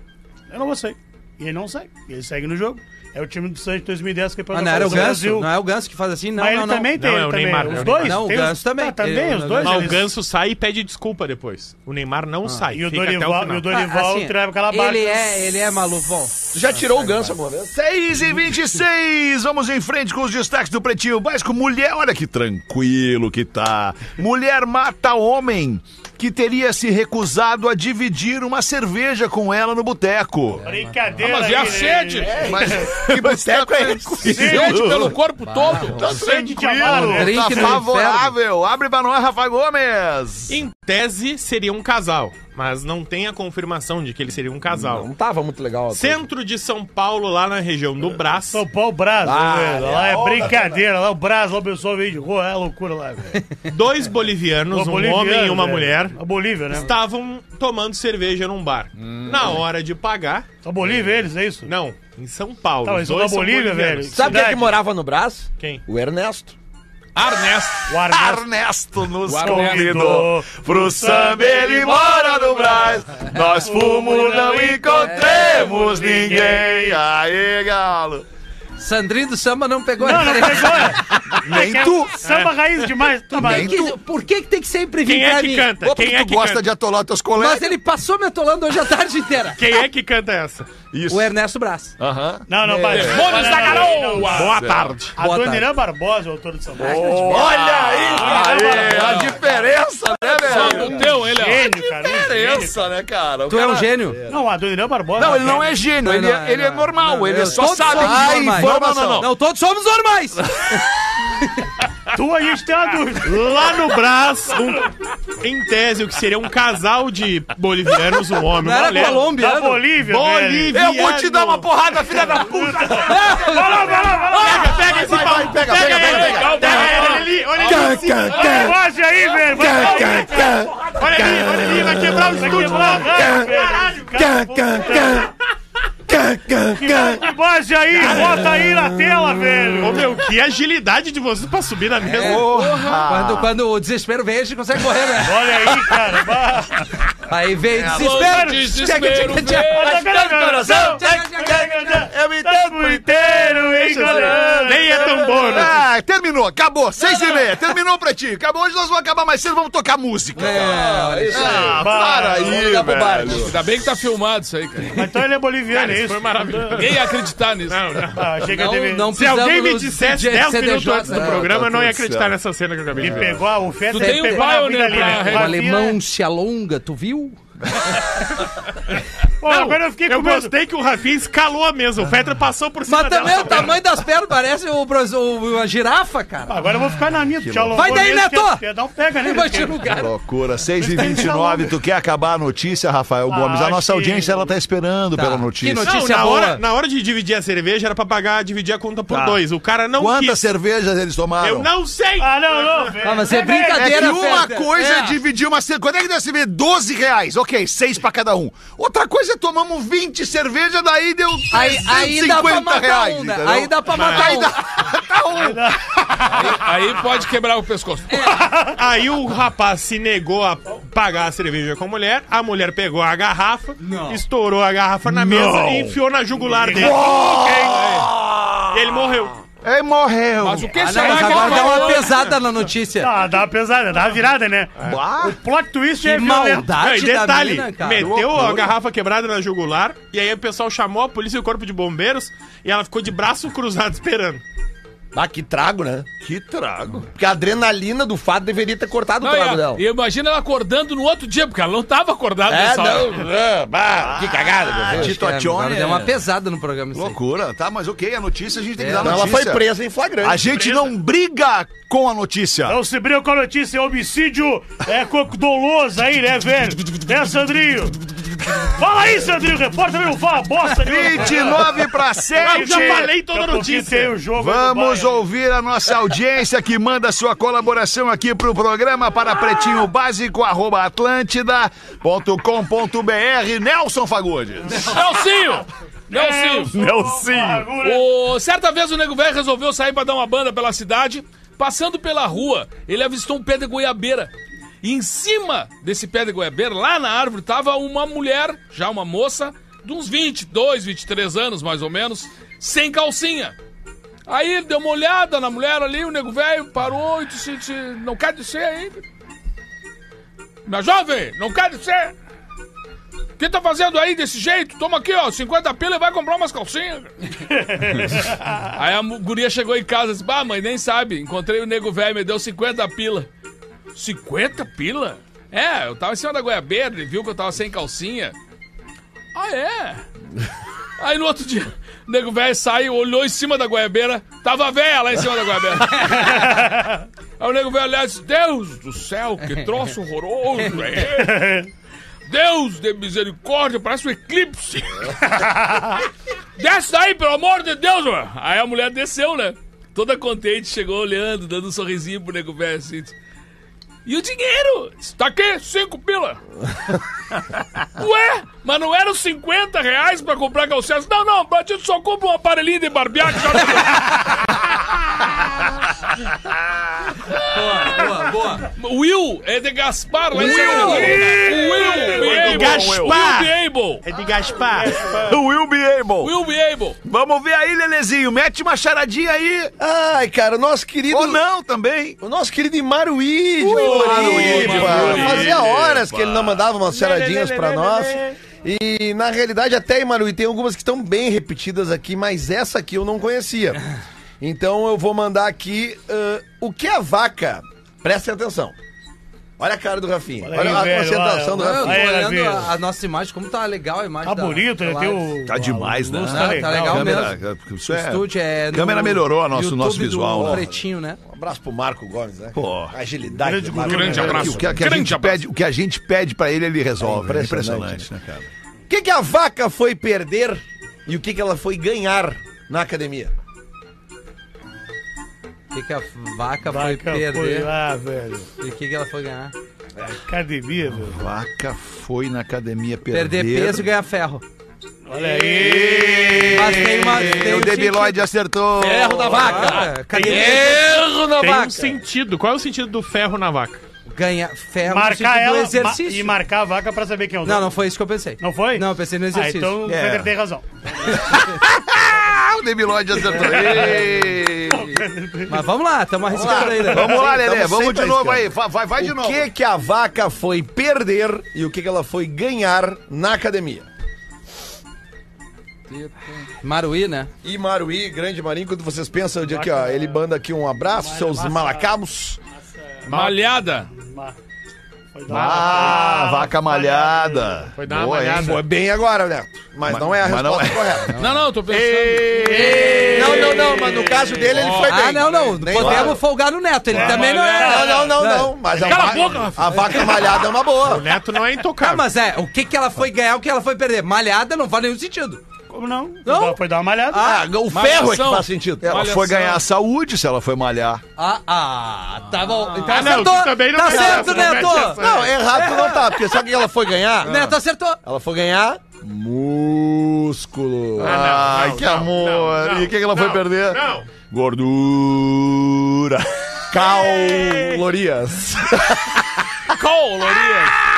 Eu não vou sair. E ele não sai. Ele segue no jogo. É o time do Santos 2010 que
Ah, não era o Ganso? Não é o Ganso que faz assim? Não,
Mas
não,
ele
não.
também tem.
Não, é
ele
o
também.
Neymar, é
Os
o
dois?
Neymar. Não, o
tem os-
Ganso também.
Tá, também,
Ele-
os dois.
Mas o
eles- Ah,
Ganso sai e pede desculpa depois. O Neymar não sai.
E o
fica até
Dorival, e
final.
o Dorival
assim,
trava aquela barca.
Ele é, ele é maluco. Bom,
Tu
Tá
já tirou o ganso alguma vez?
6 e 26 vamos em frente com os destaques do Pretinho Básico. Mulher, olha que tranquilo que tá. Mulher mata homem que teria se recusado a dividir uma cerveja com ela no boteco.
Brincadeira.
Ah, mas é a
aí, né?
sede.
É,
Mas (laughs)
Que boteco é esse?
Sede pelo corpo todo.
sede de amar, né?
Drink
Tá
no
favorável. Abre pra nós, Rafa Gomes.
Em tese, seria um casal, mas não tem a confirmação de que ele seria um casal.
Não tava muito legal.
Centro de São Paulo, lá na região do Brás.
São Paulo, Brás.
Ah,
né, velho? lá é,
é
brincadeira. Lá o Brás, lá o pessoal veio de rua. É loucura lá, velho.
Dois bolivianos, um
Boliviano,
homem e uma
velho.
mulher,
A Bolívia, né?
estavam tomando cerveja num bar. Na hora de pagar,
A Bolívia, eles, é isso?
não, em São Paulo.
Tá, mas
Os
são da
dois são
Bolívia, velho.
bolivianos.
Sabe quem é
Cidade.
que morava no braço?
Quem?
O Ernesto.
Arnesto.
O Arnaldo.
Ernesto nos
Arnesto.
convidou pro samba, ele mora no Brás. Nós fomos, não encontremos ninguém. Aê, galo.
Sandrinho do Samba não pegou
Não,
a
não
referência.
pegou.
Nem
É
tu.
o Samba raiz demais. Tá,
Quem
mas...
que- Por que, que tem que sempre vir
Quem
pra
é que
mim?
canta?
Pô, porque
Quem
tu
é que
gosta
canta?
de atolar teus colegas.
Mas ele passou me atolando hoje a tarde inteira.
Quem é que canta essa?
Isso.
O Ernesto Brás.
Aham.
Não, não, para.
Bônus da garoa.
Boa tarde.
A
Boa
dona
tarde.
Irã Barbosa, autor de São Paulo.
Olha aí, Aê, a diferença, né,
Só
velho?
do teu, ele é.
Gênio, cara. um gênio.
Diferença, né, cara? O
Tu é um
cara-
gênio?
Não, a dona Irã Barbosa.
Não, ele não é gênio, ele,
não,
é, ele é
não,
normal, ele
eu-
só
todos
sabe.
somos
Ah,
normais.
informação.
Não, todos somos normais.
Tu, a gente tem uma dúvida.
Lá no Brás, um- em tese, o que seria um casal de bolivianos, um homem,
Não
uma
era
mulher.
Da
colombiano.
Bolívia, velho.
Boliviano.
Eu vou te dar uma porrada, filha da puta!
Vai lá, vai lá, vai lá.
Pega esse
Vai, vai, pega, pega, pega,
pau, pega ele ali, olha ele.
Quase aí, velho. Vai lá, vai lá.
Olha ali, olha ali, vai quebrar o estúdio.
Caralho, cara. Que base aí, bota aí na tela, velho.
Ô meu, que agilidade de vocês pra subir na mesa.
É, Quando, quando o desespero vem, a gente consegue correr, né?
Olha aí, cara. Bah.
Aí vem
Todo
É, desespero.
desespero.
Tchaca, tchaca,
velho.
coração. Eu me tempo Tá inteiro enganando.
Nem é tão bom, né?
Ah, terminou, acabou, seis e meia, terminou pra ti. Acabou, hoje nós vamos acabar mais cedo, vamos tocar música.
É, olha isso.
Ah, para
Para,
aí, velho.
Ainda bem que tá filmado isso aí, cara.
Mas então ele é boliviano, é isso?
Foi maravilhoso.
Ninguém ia acreditar
(laughs)
nisso.
Ah, achei que
Não,
teve...
não
Se alguém
precisamos
me
nos
dissesse
DJ
10 minutos
CDJ,
antes do
né?
programa, eu não ia
tudo
acreditar
certo.
nessa cena que eu acabei de ver.
Pegou a oferta,
Tu tem um
pegou na
Pioneer
vida ali,
pra
né?
arranjar.
O
Uma
alemão
vida-
se alonga, tu viu?
Pô, agora eu fiquei com
Eu
medo.
gostei que o Rafinha escalou a mesa. O Petra passou por cima
Ah. Mas também o
dela.
tamanho das pernas parece o, bros- o- uma girafa, cara.
Agora eu vou ficar na minha. tu te alongou
Vai daí,
mesmo,
Neto!
que- que dá um pega, né?
Imagina o cara.
Loucura, 6 e 29 tu quer acabar a notícia, Rafael Gomes? A
acho
nossa
que-
audiência, ela Ah, tá esperando
Tá.
pela notícia.
Que
Não,
Notícia
na,
boa. Tá.
hora, na hora de dividir a cerveja era pra pagar, dividir a conta por dois. O cara não
Quantas
quis.
cervejas eles tomaram?
Eu não sei!
Ah, não, não, velho.
Ah, mas é
É que
brincadeira,
uma
Fetter.
coisa é. dividir uma cerveja. Quando é que deve ser 12 reais? Ok, 6 pra cada um. Outra coisa é tomamos 20 cerveja, daí deu
Aí,
350
aí dá pra matar
reais.
um, né?
entendeu?
Aí dá pra matar
Aí
um.
dá- tá um.
Aí pode quebrar o pescoço.
É,
Aí o rapaz se negou a pagar a cerveja com a mulher, a mulher pegou a garrafa, estourou a garrafa na mesa e enfiou na jugular dele. É. Ele morreu.
Aí morreu.
Mas o que
Ah, não,
será
mas
que
agora dá uma
ele falou?
pesada na notícia.
Ah, dá uma pesada, dá uma virada, né?
Bah.
O plot twist é
Que
violento.
Não, e
maldade da
detalhe,
mina, cara.
meteu a garrafa quebrada na jugular, e aí o pessoal chamou a polícia e o corpo de bombeiros, e ela ficou de braço cruzado esperando.
Ah, que trago, né?
Que trago.
Porque a adrenalina do fato deveria ter cortado
Não,
o
e
trago
a-
dela.
e imagina ela acordando no outro dia, porque ela não tava acordada
É,
nessa hora.
não. é, bah, que cagada, meu Deus.
Tito
É,
Atione.
agora deu uma pesada no programa. isso aí.
Loucura, tá? Mas ok, a notícia a gente tem que
É,
dar
Não,
notícia.
ela foi presa em flagrante.
A gente não briga com a notícia.
Não se briga com a notícia, é homicídio é coco doloso aí, né, velho? Né, Sandrinho? Fala aí, Sandrinho, repórter não fala bosta, nenhuma.
29 para 7.
Eu já falei toda
Tá
Daqui
a
a pouquinho
notícia.
tem o jogo
Vamos
do Bayern.
ouvir a nossa audiência que manda sua colaboração aqui pro programa para pretinho básico arroba atlântida.com.br Nelson Fagundes.
Nelsinho! Nelsinho!
Nelsinho.
O- certa vez o Nego Velho resolveu sair pra dar uma banda pela cidade. Passando pela rua, ele avistou um pé de goiabeira. E em cima desse pé de goiabeira, lá na árvore, tava uma mulher, já uma moça, de uns 22, 23 anos mais ou menos, sem calcinha. Aí ele deu uma olhada na mulher ali, o nego velho parou e disse, disse, não quer descer ainda. Minha jovem, não quer descer. O que tá fazendo aí desse jeito? Toma aqui, ó, 50 pila e vai comprar umas calcinhas. aí a mu- guria chegou em casa e disse, bah, mãe, nem sabe. Encontrei o nego velho, me deu 50 pila. 50 pila? É, eu tava em cima da goiabeira, ele viu que eu tava sem calcinha. Ah, é? Aí no outro dia, o nego velho saiu, olhou em cima da goiabeira, tava velha lá em cima da goiabeira. Aí o nego velho olhou e disse, Deus do céu, que troço horroroso, é esse? Deus de misericórdia, parece um eclipse. Desce daí, pelo amor de Deus, mano. Aí a mulher desceu, né? Toda contente, chegou olhando, dando um sorrisinho pro nego velho assim. disse, E o dinheiro? Está aqui, cinco pila. Ué, mas não eram 50 reais pra comprar calcinha? Não, não, bandido só compra um aparelhinho de barbear que já tá bom."
Boa, boa, boa.
Will é de Gaspar, lá em
Will!
São Paulo. Will!
É de
Will!
Gaspar!
Will be able!
É de Gaspar.
Will be able.
Will be able!
Vamos ver aí, Lelezinho. Mete uma charadinha aí.
Ai, cara, o nosso querido.
Ou não também.
O nosso querido Imaruí, de
Imaruí,
Floripa.
Imaruí,
Fazia horas que ele não mandava umas charadinhas pra nós. E, na realidade, até Imaruí tem algumas que estão bem repetidas aqui, mas essa aqui eu não conhecia. Então eu vou mandar aqui ah, o que é vaca. Prestem atenção. Olha a cara do Rafinha.
Olha
Olha,
aí,
a
velho,
concentração do
olha,
Eu tô
Rafinha.
Aí,
olhando
Davi.
a, a nossa imagem, como tá legal a imagem.
Tá
da-
bonito, né?
da
Tem
live.
o.
Tá demais, né?
a luz
Não,
Tá
tá
legal.
legal.
câmera, isso
O
é,
estúdio é. no
câmera melhorou nosso,
YouTube
nosso
do
visual. né?
Pretinho, né?
Um abraço pro Marco Gomes, né?
Pô.
Agilidade.
Grande
do Marco
guru,
Gomes.
grande abraço.
O que, a- que a
Grande
gente
abraço.
pede, o que a gente pede pra ele, ele resolve.
É
É
impressionante,
impressionante, né, cara?
O que, que a vaca foi perder e o que, que ela foi ganhar na academia?
O que, que a vaca, foi
Vaca
perder
foi lá, velho.
e o que, que ela foi ganhar?
Academia,
Tá
velho.
né? Vaca foi na academia perder.
Perder peso e ganhar ferro.
Olha aí.
Mas tem uma. Tem
O
um
Debiloid
sentido.
acertou.
Ferro da vaca. Cadê?
Erro na
Tem
vaca!
um sentido. Qual é o sentido do ferro na vaca?
Ganhar ferro no
Marcar
sentido do
ela ma-
exercício.
e marcar a vaca pra saber quem é o
Não,
dono.
não foi isso que eu pensei.
Não foi?
Não, eu pensei no
Ah,
exercício.
então o
É.
Feder tem razão. (laughs)
Ah, o Debiloid acertou. Ei.
Mas vamos lá, estamos arriscando aí, né?
Vamos lá, Lelê.
Tamo
Vamos
sempre
de novo
arriscando.
aí. Vai, vai, vai de
o
novo.
que que a vaca foi perder e o que que ela foi ganhar na academia?
Maruí, né?
E Maruí, grande Marinho, quando vocês pensam de aqui, ó, ele manda aqui um abraço, seus malacabos.
Malhada!
Ma- Foi dar
Ah,
uma-
vaca malhada.
Foi dar uma
Boa, hein?
malhada.
Foi bem agora, Neto, mas
Ma-
não é a
mas não
resposta
é.
correta.
Não, não, eu tô pensando.
Não, não, não, mas no caso dele ele foi bem.
Ah, não, não. Podemos
claro.
folgar no neto. Ele também não é.
Não, não, não, não, mas a,
Cala a
vaca-
boca, Rafa.
a vaca malhada é
(laughs)
uma boa.
Neto não é
Tá,
intocável.
mas é, o que, que ela foi ganhar, o que ela foi perder? Malhada não faz nenhum sentido.
Como não?
Não?
Foi dar uma malhada.
Ah, o ferro é que faz sentido.
Ela
Olha
foi
só.
ganhar saúde se ela foi malhar.
Ah, ah, tá bom. Então
Ah, não,
acertou.
tu também não
tá
tem
certo,
essa, não
Neto.
mete essa.
Não, errado tu não tá, porque sabe o que ela foi ganhar?
Neto acertou.
Ela foi ganhar músculo.
Ai, que amor. e o que, que ela foi perder?
Não.
Gordura.
Calorias.
Coloria!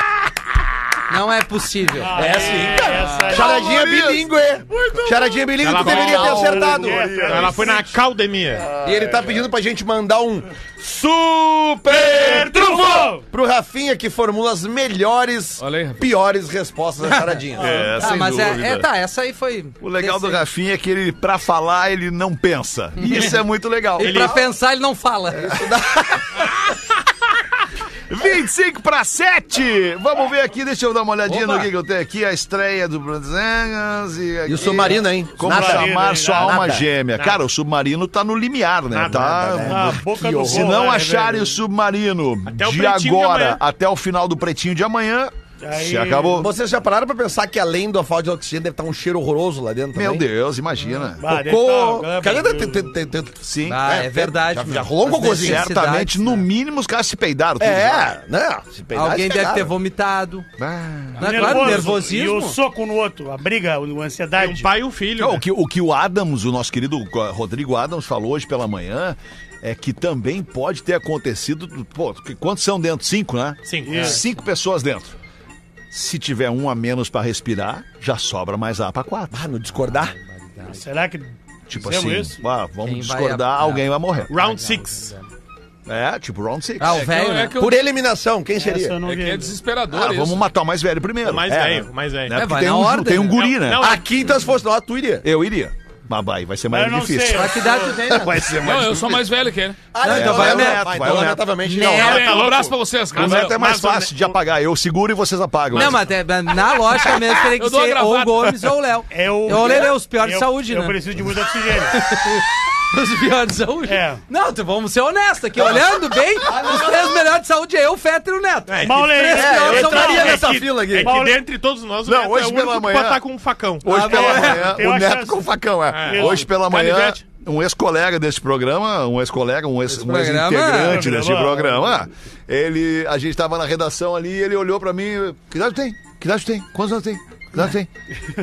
Não é possível.
É sim,
Essa aí.
Charadinha
Calorias.
bilíngue. Charadinha bilíngue
Ela
tu deveria ter
vai-
acertado.
É,
Então Ela foi na academia.
E ele tá pedindo pra gente mandar um super
Trufou!
pro Rafinha que formula as melhores,
Olha aí, Rafinha.
piores respostas da charadinha.
É,
Ah,
sem
mas
dúvida.
é, é, tá, essa aí foi.
O legal do Rafinha é que ele, pra falar, ele não pensa. Isso é muito legal.
E pra pensar, ele não fala.
É,
25 para 7. Vamos ver aqui, deixa eu dar uma olhadinha
Opa.
no que, que eu tenho aqui. A estreia do Brandzengas e aqui...
E o submarino, hein?
Como
Nada.
chamar
hein?
sua
Nada.
alma gêmea. Cara, o submarino tá no limiar, né? tá...
A boca do
Se
gol,
não
né,
acharem
velho?
o submarino
o
de
pretinho de
agora
amanhã.
até o final do pretinho de amanhã, se acabou.
Vocês já pararam pra pensar que além do falta de oxigênio deve estar um cheiro horroroso lá dentro
Meu
também?
Deus, imagina.
Bah, deve
Cocô.
tá-
Cadê? Tem- tem- tem- tem-
Sim.
Ah, é,
É,
verdade.
já-
meu.
já rolou um
As
cocôzinho.
necessidades,
Certamente, no mínimo, os caras se peidaram. tudo, né?
É, né? Se peidar,
Alguém
se
deve
peidar,
ter
né?
vomitado.
Ah.
Não é claro, nervosismo.
E o soco no outro, a briga, a ansiedade.
Um pai e um filho.
Não,
né?
o, que, o que o Adams, o nosso querido eh, Rodrigo Adams, falou hoje pela manhã é que também pode ter acontecido. Pô, que- quantos são dentro? Cinco, né?
Cinco.
Cinco pessoas dentro.
Se tiver um a menos pra respirar, já sobra mais ar pra quatro.
Ah, no discordar?
Será que.
Tipo
fizemos
assim,
isso?
ah, vamos
Quem vai
discordar,
a-
alguém vai morrer.
Round 6.
É, tipo round six.
Ah, o velho,
é
né?
que eu-
Por eliminação, quem
Essa
seria?
eu não
É que
vi.
é desesperador
Ah,
isso.
vamos matar o mais velho primeiro.
O mais
É,
velho,
né?
o mais velho.
Né?
É,
Porque
vai
tem,
na
um,
ordem,
tem um
né?
guri, né?
Não, não,
Aqui, então, se fosse lá, tu iria.
Eu iria. Mas vai, vai ser mais
Eu não
difícil.
sei.
Pra que idade tu tem, né?
Vai ser
Não,
mais
eu
difícil.
sou mais velho que ele.
Ah,
não, então vai o Neto,
vai o Neto.
lamentavelmente
Neto.
não.
Tá
louco.
um abraço pra vocês, cara.
O neto
tá
é mais
Mas o
fácil
Neto-
de apagar. Eu seguro e vocês apagam.
Não, mas é- na lógica mesmo teria que
Eu dou a
ser ou o
gravata.
Gomes ou o Léo.
Eu,
Ou o Lelê, é os piores de
é eu-
saúde,
eu
né?
preciso de muito oxigênio.
Os piores de saúde.
É.
Não, tu- vamos ser honestos aqui. Olhando bem,
Ah,
os três melhores de saúde (laughs) é eu, o Fetter e o Neto.
Mal Lelê.
três
É,
piores são
eu
entraria
mal.
nessa- essa fila aqui.
É que
Paulo-
dentre todos nós, o
Não,
Neto
hoje
é o
pela
único que
manhã-
pode estar com um facão.
Hoje pela
bom.
manhã,
Eu
o
acho
Neto
essa-
com o facão, é.
É.
Hoje pela manhã,
Canivete.
um ex-colega desse programa, um ex-colega, um ex- um
programa.
ex-integrante desse
Programa.
programa, ele, a gente tava na redação ali e ele olhou pra mim, que idade tu tem? Que idade tu tem? Quantos anos tem? Que idade tu tem?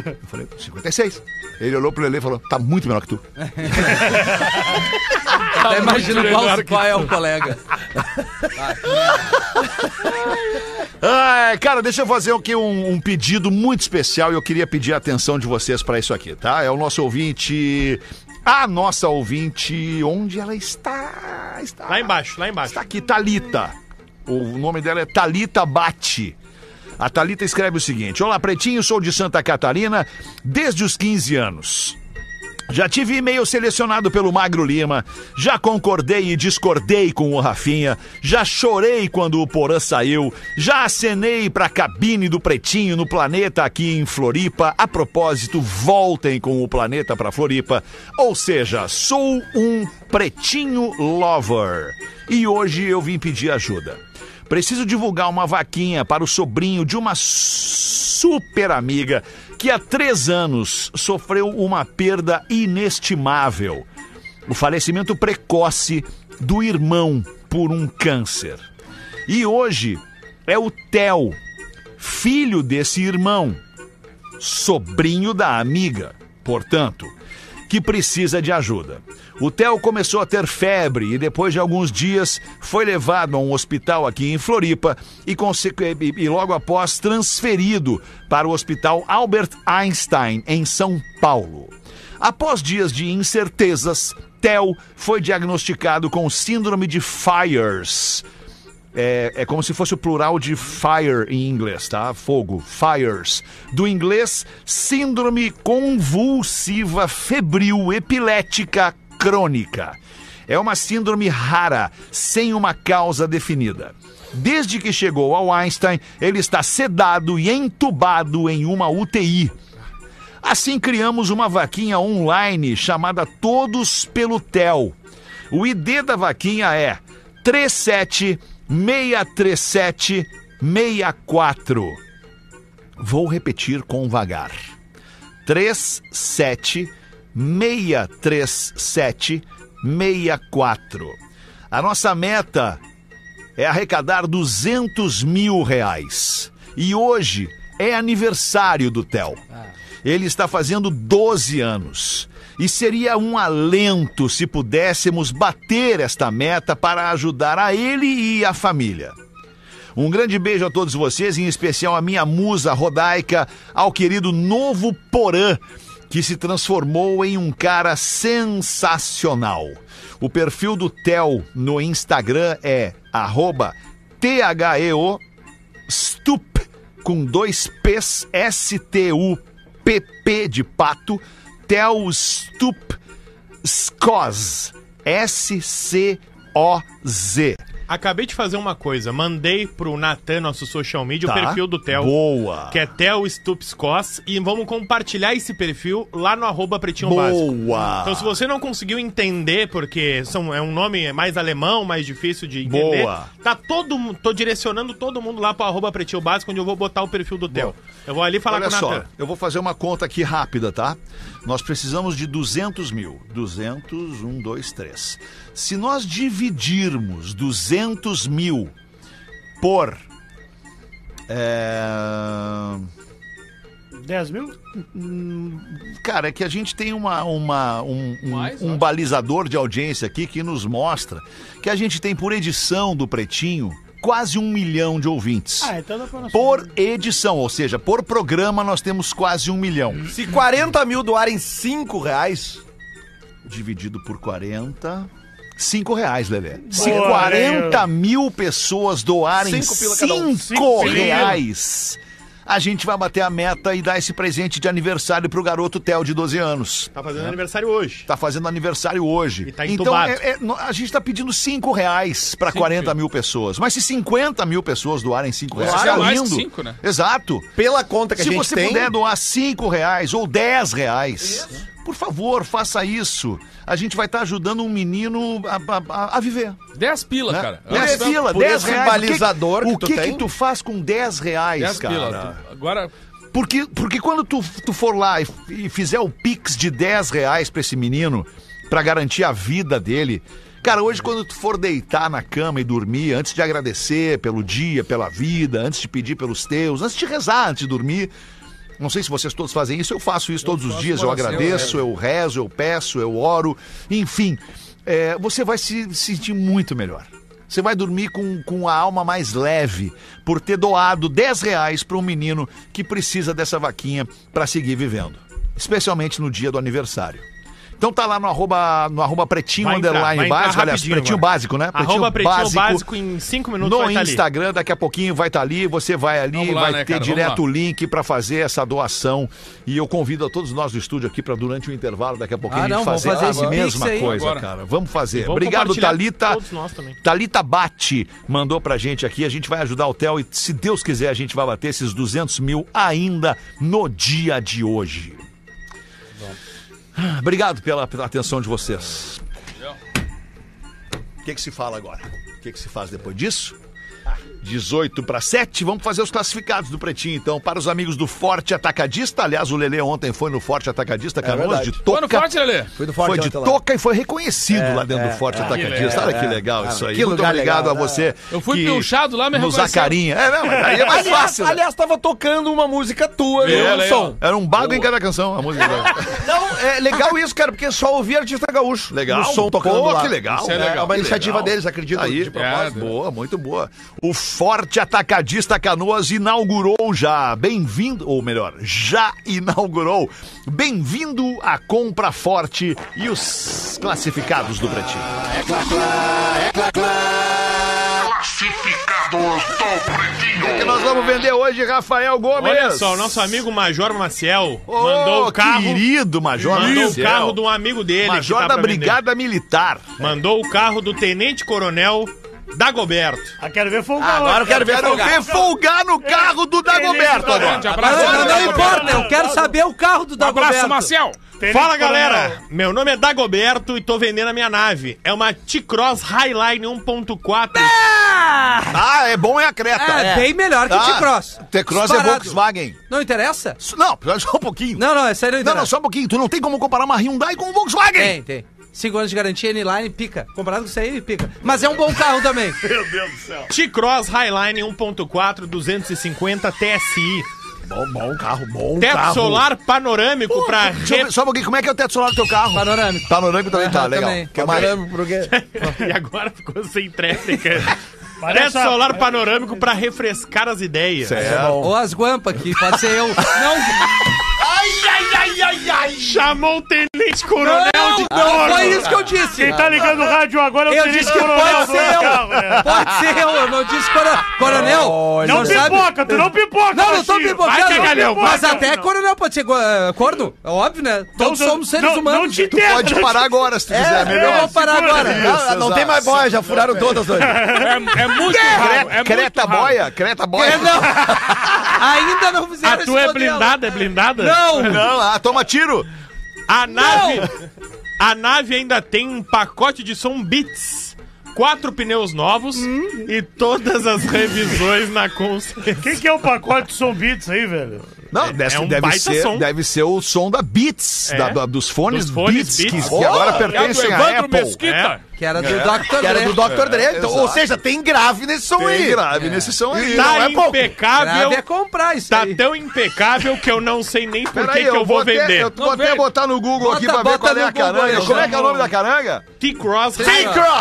Eu falei, 56. Ele olhou pro Lelê e falou, tá muito menor que tu.
Até imagino
então, melhor
qual,
que
qual é o colega.
Ai, cara, deixa eu fazer aqui um, um pedido muito especial e eu queria pedir a atenção de vocês pra isso aqui, tá? É o nosso ouvinte, a nossa ouvinte, onde ela está? está
Lá embaixo, lá embaixo.
Está aqui, Thalita. O nome dela é Thalita Bate. A Thalita escreve o seguinte: Olá, pretinho, sou de Santa Catarina desde os 15 anos. Já tive e-mail selecionado pelo Magro Lima, já concordei e discordei com o Rafinha, já chorei quando o Porã saiu, já acenei pra cabine do Pretinho no Planeta aqui em Floripa. A propósito, voltem com o Planeta pra Floripa. Ou seja, sou um Pretinho Lover. E hoje eu vim pedir ajuda. Preciso divulgar uma vaquinha para o sobrinho de uma super amiga que há três anos sofreu uma perda inestimável. O falecimento precoce do irmão por um câncer. E hoje é o Theo, filho desse irmão, sobrinho da amiga, portanto, que precisa de ajuda. O Theo começou a ter febre e depois de alguns dias foi levado a um hospital aqui em Floripa e, consecu- e- e logo após transferido para o Hospital Albert Einstein em São Paulo. Após dias de incertezas, Theo foi diagnosticado com síndrome de Fires, é, é como se fosse o plural de fire em inglês, tá? Fogo, fires. Do inglês, síndrome convulsiva febril epilética crônica. É uma síndrome rara, sem uma causa definida. Desde que chegou ao Einstein, ele está sedado e entubado em uma UTI. Assim criamos uma vaquinha online chamada Todos pelo Tel. O ID da vaquinha é 3763764. Vou repetir com vagar. 3763764. A nossa meta é arrecadar 200 mil reais. E hoje é aniversário do Theo. Ele está fazendo 12 anos. E seria um alento se pudéssemos bater esta meta para ajudar a ele e a família. Um grande beijo a todos vocês, em especial à minha musa rodaica, ao querido novo Porã, que se transformou em um cara sensacional. O perfil do Theo no Instagram é arroba THEO Stup com dois P's, S-T-U-P-P de pato, Theo Stup Scoz, S-C-O-Z.
Acabei de fazer uma coisa. Mandei pro Natan, nosso social media,
Tá.
o perfil do Theo.
Boa.
Que é Theo Stupscos. E vamos compartilhar esse perfil lá no arroba Pretinho Básico.
Boa.
Então, se você não conseguiu entender, porque são, é um nome mais alemão, mais difícil de entender.
Boa.
Tá todo mundo. Tô direcionando todo mundo lá pro arroba Pretinho Básico, onde eu vou botar o perfil do Theo. Eu vou ali falar
Olha
com o
só,
Natan.
eu vou fazer uma conta aqui rápida, tá? Nós precisamos de 200 mil. 200, 1, 2, 3. Se nós dividirmos 200 mil por. É...
10 mil?
Cara, é que a gente tem uma, uma- um, um-
Mais,
um
ó.
balizador de audiência aqui que nos mostra que a gente tem por edição do Pretinho quase um milhão de ouvintes.
Ah, então dá pra nós-
Por edição, ou seja, por programa, nós temos quase um milhão.
Se 40 mil doarem 5 reais,
Dividido por 40. 5 reais, Lelê. Se
Boa,
40 mil pessoas doarem
Cinco pila cada um.
5 reais, a gente vai bater a meta e dar esse presente de aniversário pro garoto Theo de 12 anos.
Tá fazendo aniversário hoje.
Tá fazendo aniversário hoje.
E tá
então,
entubado.
é- é- no- a gente tá pedindo 5 reais pra 40 mil pessoas. Mas se 50 mil pessoas doarem 5 reais,
Claro,
tá
mais
lindo.
que cinco, né?
Exato.
pela conta que
Se
a gente
você
tem...
puder doar 5 reais ou 10 reais, por favor, faça isso. A gente vai estar ajudando um menino a, a- a- a viver.
10 pila,
Né?
cara.
10
Antes-
pila,
por
10
esse
reais. O que-
balizador que
o
tu
que, que
tem?
tu faz com 10 reais,
10
cara?
pila. Agora,
Porque, porque quando tu, tu for lá e, e fizer o pix de 10 reais pra esse menino, pra garantir a vida dele. Cara, hoje quando tu for deitar na cama e dormir, antes de agradecer pelo dia, pela vida, antes de pedir pelos teus, antes de rezar, antes de dormir. Não sei se vocês todos fazem isso, eu faço isso todos os dias, eu
oração,
agradeço, eu rezo, eu peço, eu oro, enfim. é, você vai se sentir muito melhor. Você vai dormir com, com a alma mais leve por ter doado 10 reais para um menino que precisa dessa vaquinha para seguir vivendo. Especialmente no dia do aniversário. Então tá lá no arroba, no arroba pretinho
Vai entrar,
underline
vai entrar
básico, aliás,
rapidinho
pretinho
agora.
básico, né?
Arroba pretinho básico, em 5 minutos
no
vai tá ali.
Instagram, daqui a pouquinho vai estar ali, você vai ali,
Vamos lá,
vai
né,
ter
cara? Vamos
direto
lá.
o link para fazer essa doação. E eu convido a todos nós do estúdio aqui para durante o intervalo, daqui a pouquinho
Ah,
a gente
não, vamos
fazer,
fazer
a
esse
mesma
pix aí
coisa,
agora.
cara. Vamos fazer.
vamos
Obrigado,
compartilhar
Thalita.
todos nós também.
Thalita Bate mandou pra gente aqui. A gente vai ajudar o Theo e, se Deus quiser, a gente vai bater esses 200 mil ainda no dia de hoje. Ah, Obrigado pela, pela atenção de vocês. O que, que se fala agora? O que, que se faz depois disso? 18 para 7, vamos fazer os classificados do Pretinho, então. Para os amigos do Forte Atacadista, aliás, o Lelê ontem foi no Forte Atacadista, Canoas,
verdade.
de
foi no
toca.
forte, É, Lelê.
Foi do
Foi de
ontem lá.
toca e foi reconhecido lá dentro do Forte Atacadista. Olha
É,
que legal
Ah,
isso aí. Muito obrigado a você.
né? Eu fui
que
pilchado lá, me
Nos
reconheceu.
Zacarinha. É, não, mas aí é mais
Aliás,
fácil. né?
aliás, tava tocando uma música tua, viu,
Ela aí, ó.
som.
Era um bago em cada canção, a música.
(laughs) Não, é legal isso, cara, porque só ouvir artista gaúcho.
Legal.
No som tocando
Pô,
lá.
que legal. né?
Isso é legal.
uma
Que
iniciativa
legal.
deles, acredito.
Aí, né?
de propósito.
é.
boa, muito boa. O Forte Atacadista Canoas inaugurou já. Bem-vindo, ou melhor, já inaugurou. Bem-vindo à Compra Forte e os classificados do Pretinho. O que nós vamos vender hoje, Rafael Gomes?
Olha só, o nosso amigo Major Maciel
Ô,
mandou o carro.
Querido Major
Mandou o
Maciel.
carro de um amigo dele. que
Major
tá
da
pra vender.
Brigada Militar.
Mandou o carro do Tenente Coronel Dagoberto.
Ah, quero ver folgar Agora
Quero ver folgar. no carro do Dagoberto agora.
Grande abraço.
Não, não, não
Dagoberto.
importa, eu quero saber o carro do
Um abraço,
Dagoberto.
Marcel.
Fala galera, meu nome é Dagoberto e tô vendendo a minha nave. É uma T-Cross Highline 1.4.
Ah, é bom é a Creta.
É,
É.
bem melhor que
Tá.
T-Cross.
T-Cross é
Disparado.
Volkswagen.
Não interessa?
Isso- Não, só um pouquinho. Não,
Não, não, essa aí não
não,
interessa.
só um pouquinho. Tu não tem como comparar uma Hyundai com um Volkswagen.
Tem, tem. Cinco anos de garantia, N-Line, pica. Comparado com isso aí, pica. Mas é um bom carro também.
T-Cross Highline 1.4 250 TSI.
Bom, bom Um carro, bom
Teto
carro.
solar panorâmico pra
Deixa eu ver, só um pouquinho. Como é que é o teto solar do teu carro?
Panorâmico.
Panorâmico também tá,
Aham,
legal.
também.
Que mais?
(laughs) E agora ficou sem tréplica. Teto
Parece a-
solar panorâmico pra refrescar as ideias.
Certo.
Ou as guampas, que pode ser eu. Não,
Chamou o tenente coronel de
não
Doro.
foi isso que eu disse.
Quem tá ligando o rádio agora é o
Eu
Tenente
disse que
Coronel
pode
do
ser
local,
eu.
né?
Pode ser eu. Eu não disse coro- coronel.
Não
tu sabe-
pipoca, tu não pipoca,
Não, não tô
Caxias.
pipocando.
Vai, Cagalhão, vai,
mas até
Cagalhão.
coronel pode ser uh, corno. É óbvio, né? Todos
Não,
somos seres
não, Não
humanos. né?
te
Pode parar agora se tu quiser.
eu
melhor.
vou parar
segura.
agora.
Ah, não tem mais boia, já furaram todas hoje.
É, é muito raro. É
Creta
muito raro.
boia? Creta boia?
É, não. (laughs) Ainda não fizeram
A
esse
tua é
modelo.
blindada, é blindada?
Ah, Não.
Não, ah, toma tiro.
A nave. A nave ainda tem um pacote de som Beats. Quatro pneus novos e todas as revisões na consciência.
Quem que é o pacote de Som Beats aí, velho?
Não, deve,
é um
deve,
baita
ser,
som.
deve ser o som da Beats,
É.
da- da- dos fones,
Dos fones
Beats, que-
Beats.
que, agora
É o do
pertencem à
Evandro
Apple.
né?
Mesquita.
Que era do Dr.
É. Que
Dre.
era do Dr.
É,
Dre. então, ou
exato.
seja, tem grave nesse som aí.
Tem grave nesse som aí.
Tá
não é pouco.
Ah,
impecável.
Grave é comprar isso
Tá
aí.
tão impecável que eu não sei nem por que,
Peraí,
que eu vou
até-
vender.
eu vou até
vem.
botar no Google
Bota-
aqui pra ver
bota
qual é
no
a
Google,
caranga.
eu
Como é
chamo-
que é o nome da caranga?
T-Cross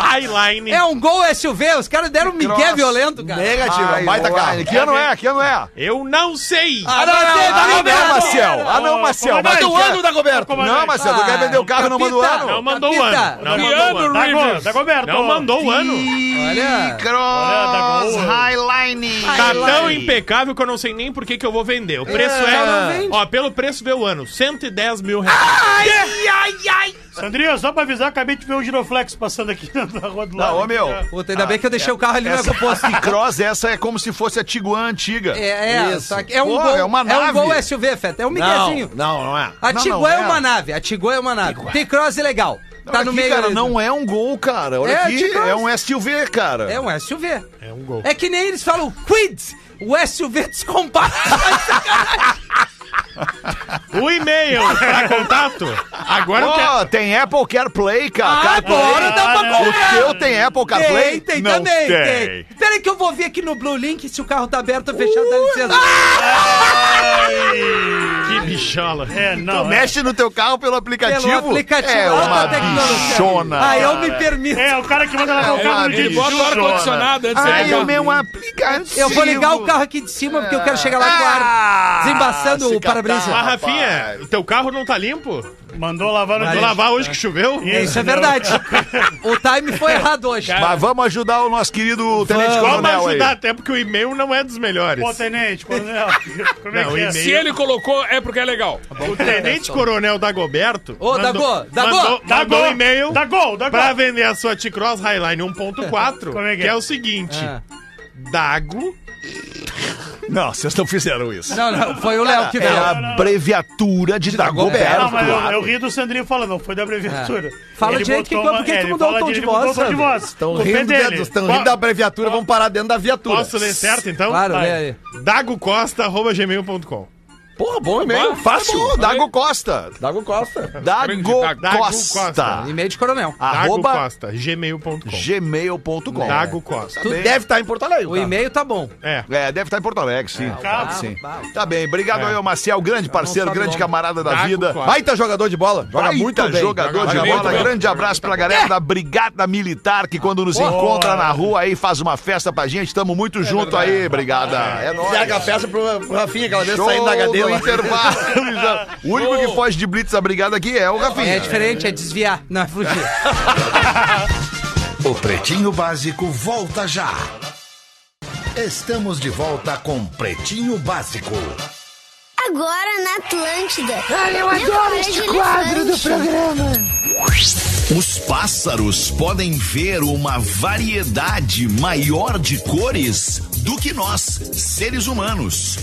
Highline.
É um gol SUV, os caras deram um migué
Nossa.
violento, cara.
Negativo,
Ai,
baita
online.
carro.
Que ano é? Que ano é?
Eu não sei.
Ah, não, não,
Ah,
não,
não,
não, não,
Marcel. Ah, não, Marcel. Mas
Comandante,
tu ano da
Ô,
Goberto.
comandante.
Não, Marcel, tu
Ah,
quer vender o carro e não manda o
capitão.
ano?
Não mandou o
Capita.
ano. Não mandou o ano.
Tá
Dago- Dagoberto.
Não mandou o ano.
Olha.
Cross
Ah,
Olha, tá bom.
Highline.
Tá tão impecável que eu não sei nem por que, que eu vou vender. O preço é.
não vende.
Ó, pelo preço vê o ano: 110 mil reais.
Sandrinho, só pra avisar, acabei de ver um giroflex passando aqui (laughs) na rua do lado.
Não, ô meu.
Puta, ainda bem que eu deixei o carro ali
(laughs)
na composta.
Cross, essa é como se fosse a Tiguan antiga.
É, é, só que é um
Porra,
gol,
é uma
um
nave.
gol SUV, Feta, é um miguezinho.
não, não é.
A
Não,
Tiguan
não,
é
é.
uma nave, a Tiguan é uma nave. T-Cross é legal.
Olha
Tá no
aqui,
meio
cara,
ali.
não é um gol, cara. Olha
É,
aqui,
T-Cross.
é um SUV, cara.
É um SUV. É um gol. É que nem eles falam quid, o (laughs) SUV
(laughs)
descompacto.
O e-mail pra contato. Agora eu quero. Ah,
Ó, tem Apple CarPlay, Ah, cara.
Ah, Agora
CarPlay.
dá pra
O
comprar.
teu tem Apple CarPlay?
Tem, tem
Não
também, tem.
tem. Uh,
Pera aí que eu vou ver aqui no Blue Link se o carro tá aberto ou fechado, dá licença.
Que bichola.
É,
Tu
não. É.
mexe no teu carro pelo aplicativo?
Pelo aplicativo,
É
alta
uma
tecnologia.
bichona.
Ah, eu me permito.
É, o cara que manda lavar o carro no dia
Ele
de
bota o
chuva.
ar-condicionado antes de
Ai,
pegar.
o meu um aplicativo.
Eu vou ligar o carro aqui de cima porque eu quero chegar lá com o ar desembaçando
Ah, se
o para-brisa.
Mas, Rafinha, teu carro não tá limpo?
Mandou lavar no
Vai
dia de
lavar hoje que choveu?
É
Isso é verdade. o time foi errado hoje.
Mas vamos ajudar o nosso querido Tenente
Vamos
Coronel aí.
ajudar, até porque o e-mail não é dos melhores.
Pô, tenente, coronel. Como é (laughs)
Não,
que é?
e-mail.
Se ele colocou, é porque é legal.
O Tenente Coronel Dagoberto.
Ô,
mandou-
Dago, Dago!
Mandou,
Dá
mandou
gol,
um e-mail
Dá gol, dá gol.
pra vender a sua T-Cross Highline 1.4,
Como é que
que,
é?
é o seguinte:
Ah.
Dago.
Não, vocês não fizeram isso.
Não, não, foi o Léo que
É
veio.
a abreviatura de Dagoberto.
Não, mas eu, eu ri do Sandrinho falando, não foi da abreviatura.
É. Fala direito que- por que que tu mudou o tom de voz, Sandro?
Estão
Estão rindo, dentro- tão rindo
um
da abreviatura, vamos parar dentro da viatura.
Posso ler certo então?
Claro,
Vai.
lê aí.
DagoCosta.gmail.com.
Porra, bom
Bom,
e-mail.
Fácil,
tá bom,
Dago Costa.
Dago Costa.
Tá Dago
Dago
Costa.
Costa.
E-mail de coronel.
Ah, Arroba
DagoCosta, gmail.com.
gmail.com.
Dago Costa.
Tu-
Deve estar em Porto Alegre.
O
cara.
e-mail tá bom.
É.
É, deve estar em Porto Alegre, sim.
Calma.
sim.
Ah,
Tá bem, obrigado aí ao Marcel, grande parceiro,
sabe o
grande
nome.
camarada da
Dago
vida.
Costa.
Baita jogador de bola. Joga
Baita
muito bem.
jogador de
Joga muito
bola.
bem.
Grande abraço pra galera da Brigada Militar, que quando nos encontra na rua aí, faz uma festa pra gente. Tamo muito junto aí, Brigada. É nóis.
Pega a peça pro, pro Rafinha aquela vez
Show
saindo da HD
do
lá.
intervalo. (laughs) Já- o único que foge de blitz da Brigada aqui é o Rafinha.
É diferente, é desviar. Não, é fugir.
O Pretinho Básico volta já. Estamos de volta com Pretinho Básico.
Agora na Atlântida. Ah, eu adoro este quadro do programa.
Os pássaros podem ver uma variedade maior de cores do que nós, seres humanos.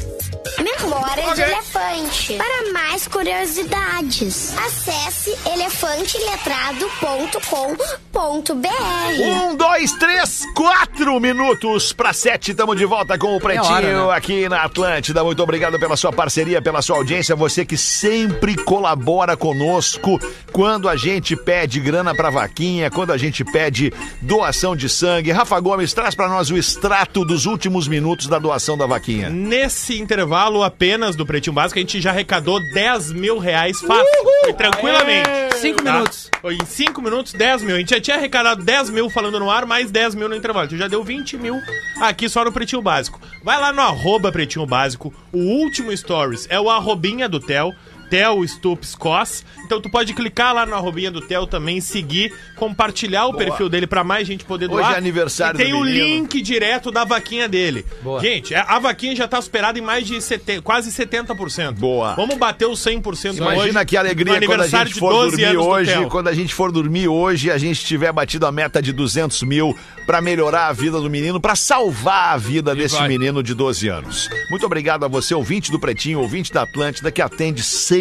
Memória de elefante. Para mais curiosidades, acesse elefanteletrado.com.br.
Um, dois, três, quatro minutos para sete. Estamos de volta com o Pretinho
hora, né?
aqui na Atlântida. Muito obrigado pela sua parceria, pela sua audiência. Você que sempre colabora conosco quando a gente pede grana para vaquinha, quando a gente pede doação de sangue. Rafa Gomes, traz para nós o extrato dos últimos minutos da doação da vaquinha.
Nesse intervalo apenas do Pretinho Básico, a gente já arrecadou 10 mil reais fácil. Foi tranquilamente.
Cinco
Tá?
minutos.
Foi Em 5 minutos, 10 mil. A gente já tinha arrecadado 10 mil falando no ar, mais 10 mil no intervalo. Então já deu 20 mil aqui só no Pretinho Básico. Vai lá no arroba Pretinho Básico, o último stories é o arrobinha do Theo. Theo Stups Cos. Então tu pode clicar lá no arrobinha do Theo também, seguir, compartilhar o perfil dele pra mais gente poder doar.
Hoje é aniversário
E tem
do
o
menino.
link direto da vaquinha dele.
Boa.
Gente, a- a vaquinha já tá superada em mais de 70, quase 70%.
Boa.
Vamos bater os 100%
Imagina
hoje,
que alegria
no
quando a
aniversário
gente
de
for
12
dormir
anos do
hoje,
Theo.
quando a gente for dormir hoje, a gente tiver batido a meta de 200 mil para melhorar a vida do menino, para salvar a vida desse
vai.
menino de 12 anos. Muito obrigado a você, ouvinte do Pretinho, ouvinte da Atlântida, que atende sempre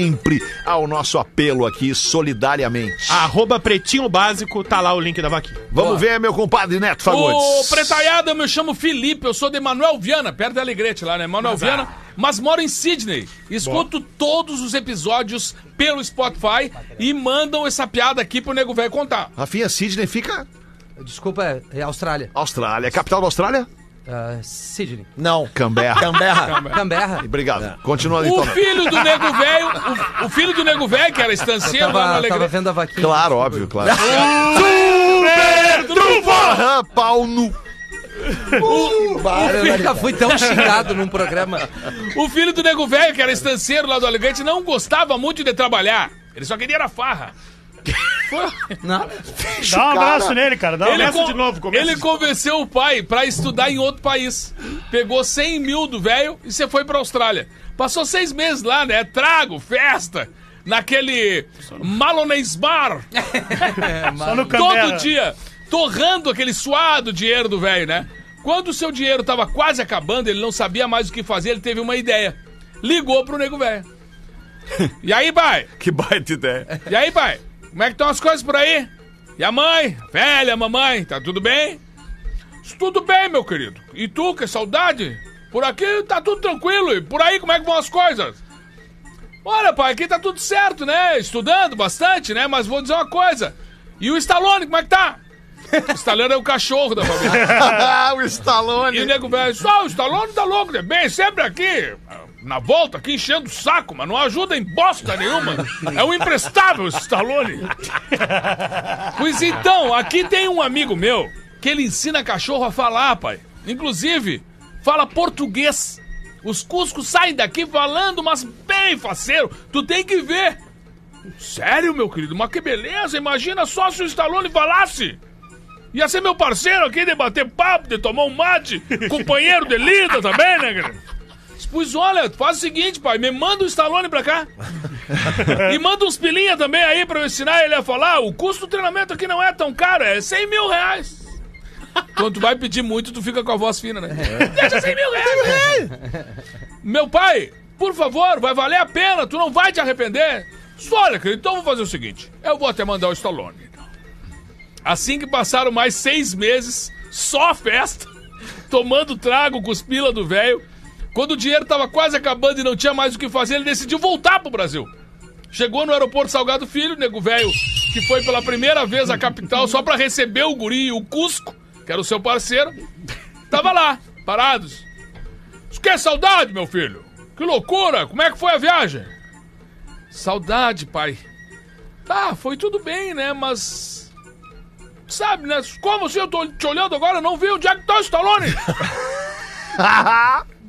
ao nosso apelo aqui, solidariamente.
Arroba Pretinho Básico, tá lá o link da vaquinha.
Vamos ver, meu compadre Neto Fagundes.
Ô, Pretaiada, eu me chamo Felipe, eu sou de Manuel Viana, perto da Alegrete lá, né? Manuel Viana, mas moro em Sydney. Escuto todos os episódios pelo Spotify e mandam essa piada aqui pro Nego Velho contar.
Rafinha Sidney fica
Desculpa, é Austrália.
Austrália. Capital da Austrália?
Ah, Sydney. Ah,
Não.
Canberra.
Canberra.
Canberra.
Obrigado. Continua ali,
O
Tom.
filho do nego velho, o, o filho do nego velho, que era
Tá
estanceiro lá no
Tava, tava
Alegre.
vendo a vaquinha.
Claro, óbvio, claro. Aham, pau no.
Cara, eu nunca fui tão xingado num programa.
O filho do nego velho, que era estanceiro lá do Alegante, não gostava muito de trabalhar. Ele só queria era farra.
Não.
Dá um abraço nele, cara. Dá um
Ele,
abraço.
con-
de novo, começa
ele
de-
convenceu o pai pra estudar em outro país. Pegou 100 mil do velho e você foi pra Austrália. Passou seis meses lá, né? Trago, festa, naquele Malonês Bar,
Só tá no Canberra.
todo dia, torrando aquele suado dinheiro do velho, né? Quando o seu dinheiro tava quase acabando, ele não sabia mais o que fazer, ele teve uma ideia. Ligou pro nego velho. E aí, pai?
(laughs) Que baita ideia.
E aí, pai? Como é que estão as coisas por aí? E a mãe? Velha, mamãe, tá tudo bem? "Isso Tudo bem, meu querido. E tu, que saudade? Por aqui tá tudo tranquilo. E por aí, como é que vão as coisas? Olha, pai, aqui tá tudo certo, né? Estudando bastante, né? Mas vou dizer uma coisa. E o Stallone, como é que tá? O Stallone é o cachorro da família.
Ah, (laughs) o Stallone.
E o nego velho, só o Stallone tá louco, né? Bem, sempre aqui, na volta, aqui enchendo o saco, mas não ajuda em bosta nenhuma. É um imprestável esse Stallone. Pois então, aqui tem um amigo meu que ele ensina cachorro a falar, pai. Inclusive, fala português. Os cuscos saem daqui falando, mas bem faceiro. Tu tem que ver. Sério, meu querido? Mas que beleza. Imagina só se o Stallone falasse. Ia ser meu parceiro aqui de bater papo, de tomar um mate, companheiro de lida também, né, cara? Disse, Pois olha, faz o seguinte, pai, me manda o Stallone pra cá. (laughs) e manda uns pilinha também aí pra eu ensinar ele a falar. "Ah, O custo do treinamento aqui não é tão caro, é 100 mil reais. (laughs) Quando tu vai pedir muito, tu fica com a voz fina, né? (laughs) Deixa 100 mil reais. Meu pai, por favor, vai valer a pena, tu não vai te arrepender. Disse, Olha, querido, então eu vou fazer o seguinte, eu vou até mandar o Stallone. então. Assim que passaram mais seis meses, só festa, (laughs) tomando trago com os pila do velho. Quando o dinheiro tava quase acabando e não tinha mais o que fazer, ele decidiu voltar pro Brasil. Chegou no aeroporto Salgado Filho, nego velho, que foi pela primeira vez à capital só pra receber o guri e o Cusco, que era o seu parceiro. Tava lá, parados. Isso que é saudade, meu filho? Que loucura! Como é que foi a viagem? Saudade, pai. Tá, foi tudo bem, né? Mas sabe, né? Como assim eu tô te olhando agora, eu não vi onde é que tá o Stallone?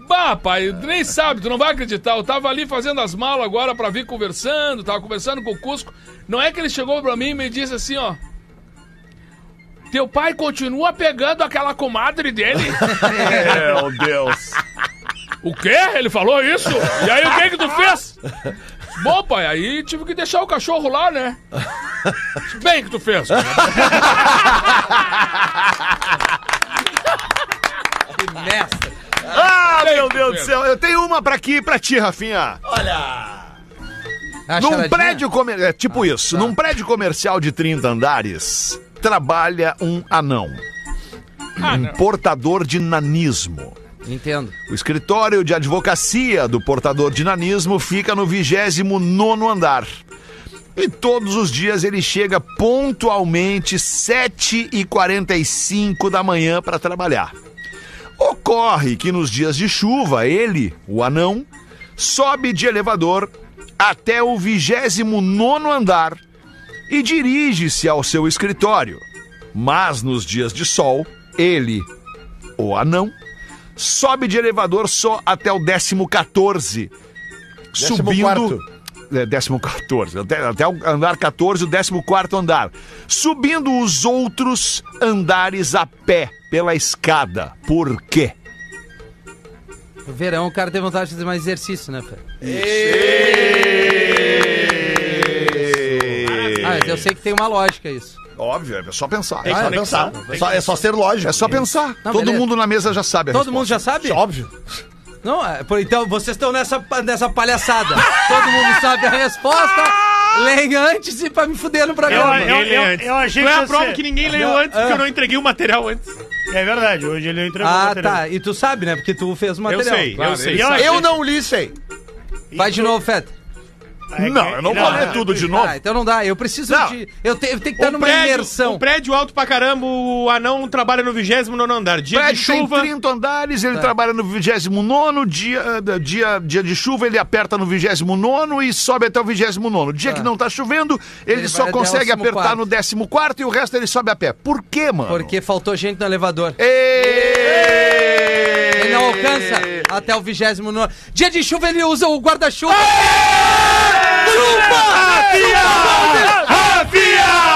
bah, pai, nem sabe, tu não vai acreditar. Eu tava ali fazendo as malas agora pra vir conversando, tava conversando com o Cusco. Não é que ele chegou pra mim e me disse assim, ó. Teu pai continua pegando aquela comadre dele?
Meu Deus.
O quê? Ele falou isso? E aí o que que tu fez? Bom, pai, aí tive que deixar o cachorro lá, né? Bem que tu fez.
Mestre.
Ah,
Bem,
meu Deus do
Pedro.
céu. Eu tenho uma pra aqui e pra ti, Rafinha.
A
Num
charadinha?
prédio comercial. Tipo isso. Num prédio comercial de 30 andares, trabalha um anão. um portador de nanismo.
Entendo.
O escritório de advocacia do portador de nanismo fica no 29 andar. E todos os dias ele chega pontualmente 7h45 da manhã para trabalhar. Ocorre que nos dias de chuva, ele, o anão, sobe de elevador até o 29 andar e dirige-se ao seu escritório. Mas nos dias de sol, ele, o anão, sobe de elevador só até o 14, subindo...
quarto.
É, 14, até, até o andar 14, o 14 andar. Subindo os outros andares a pé pela escada. Por quê?
No verão o cara tem vontade de fazer mais exercício, né, Fer? Ah, mas eu sei que tem uma lógica isso.
Óbvio, é só pensar.
Tem
É
que
só-
conexar.
É só, é só ser lógico.
É só pensar.
Não,
Todo
beleza.
mundo na mesa já sabe. a
Todo mundo
resposta.
já sabe?
Óbvio.
Não, é, por- então vocês estão nessa, pa- nessa palhaçada. Todo mundo sabe a resposta. Leem antes e pra me fuder no
É
Eu,
programa.
eu, eu, eu achei
Não é
que
a prova
você-
que ninguém leu
Não,
antes, porque
é.
ah.
eu não entreguei o material antes.
É verdade, hoje ele entregou o
Ah,
material.
tá. E tu sabe, né? Porque tu fez o
Eu
material.
sei, eu sei.
E eu,
Eu não li, sei.
Vai de novo, Feta.
Não, eu não vou ler tudo de novo.
Ah, então não dá. Eu preciso
Não.
de. Eu, te- eu tenho que estar numa imersão.
um prédio alto pra caramba, o anão trabalha no 29 andar. Dia
prédio
de chuva.
tem 30 andares, ele trabalha no 29 dia, eh, dia, dia de chuva, ele aperta no 29 e sobe até o 29. Dia que não tá chovendo, ele,
Ele
só
vai até o
consegue apertar
14º.
no 14 e o resto ele sobe a pé. Por quê, mano?
Porque faltou gente no elevador.
Ê-
Ele não alcança até o 29. Dia de chuva ele usa o guarda-chuva.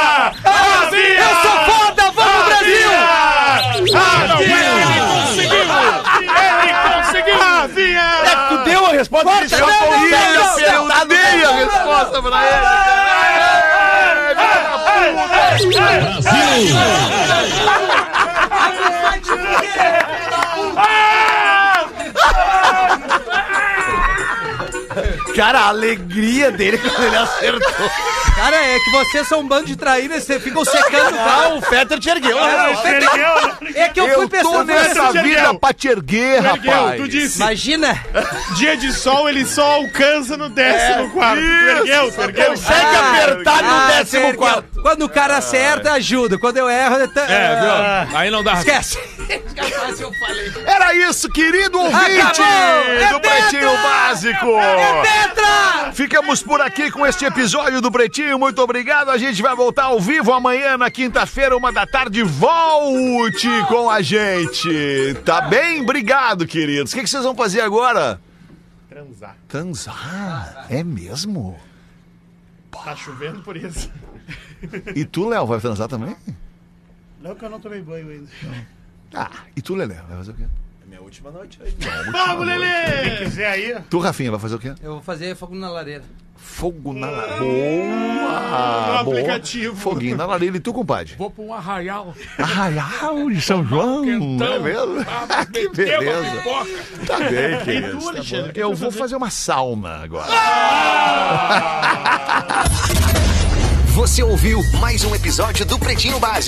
Eu sou foda! Vamos, Brasil!
É, tu deu a resposta
Corta,
inicial,
não,
Paulinho.
não, não,
Você
não.
tá
Dei a
bem.
resposta pra ele.
Cara, a alegria dele quando ele acertou.
Cara, é que vocês são um bando de traíras, vocês ficam secando o pau.
o Fetter te ergueu.
É que eu, fui
Tô
pensando nessa.
nessa vida pra te erguer, rapaz.
Tu disse,
Imagina!
dia de sol ele só alcança no 14. Ergueu, ergueu.
Segue
Ah,
apertado
ah,
no décimo
Sergio,
quarto. Ah.
Quando o cara acerta, ajuda. Quando eu erro, eu tá-
É, viu? Aí não dá.
esquece.
Era isso, querido ouvinte
Acabou!
do
É
Pretinho
pedra!
Básico.
Petra!
Ficamos por aqui com este episódio do Pretinho. Muito obrigado. A gente vai voltar ao vivo amanhã, na quinta-feira, uma da tarde. Volte com a gente. Tá bem? Obrigado, queridos. O que que vocês vão fazer agora?
Transar.
Transar. É mesmo?
Tá chovendo por isso.
E tu, Léo, vai transar também?
Não que eu não tomei banho ainda.
Ah, e tu, Lelé, vai fazer o quê?
Vamos, Lelê!
Quer dizer aí, ó.
Tu, Rafinha, vai fazer o quê?
Eu vou fazer fogo na lareira.
Fogo na Boa! boa.
aplicativo.
Foguinho na lareira. E tu, compadre?
Vou pra um arraial.
Arraial de É São João.
Quentão.
é mesmo? (laughs)
Ah,
que
meteu a
beleza.
pipoca.
Tá bem,
é
querido.
tu, Alexandre, o que
Eu
tu vai
vou
fazer?
fazer uma sauna agora.
Você ouviu mais um episódio do Pretinho Básico.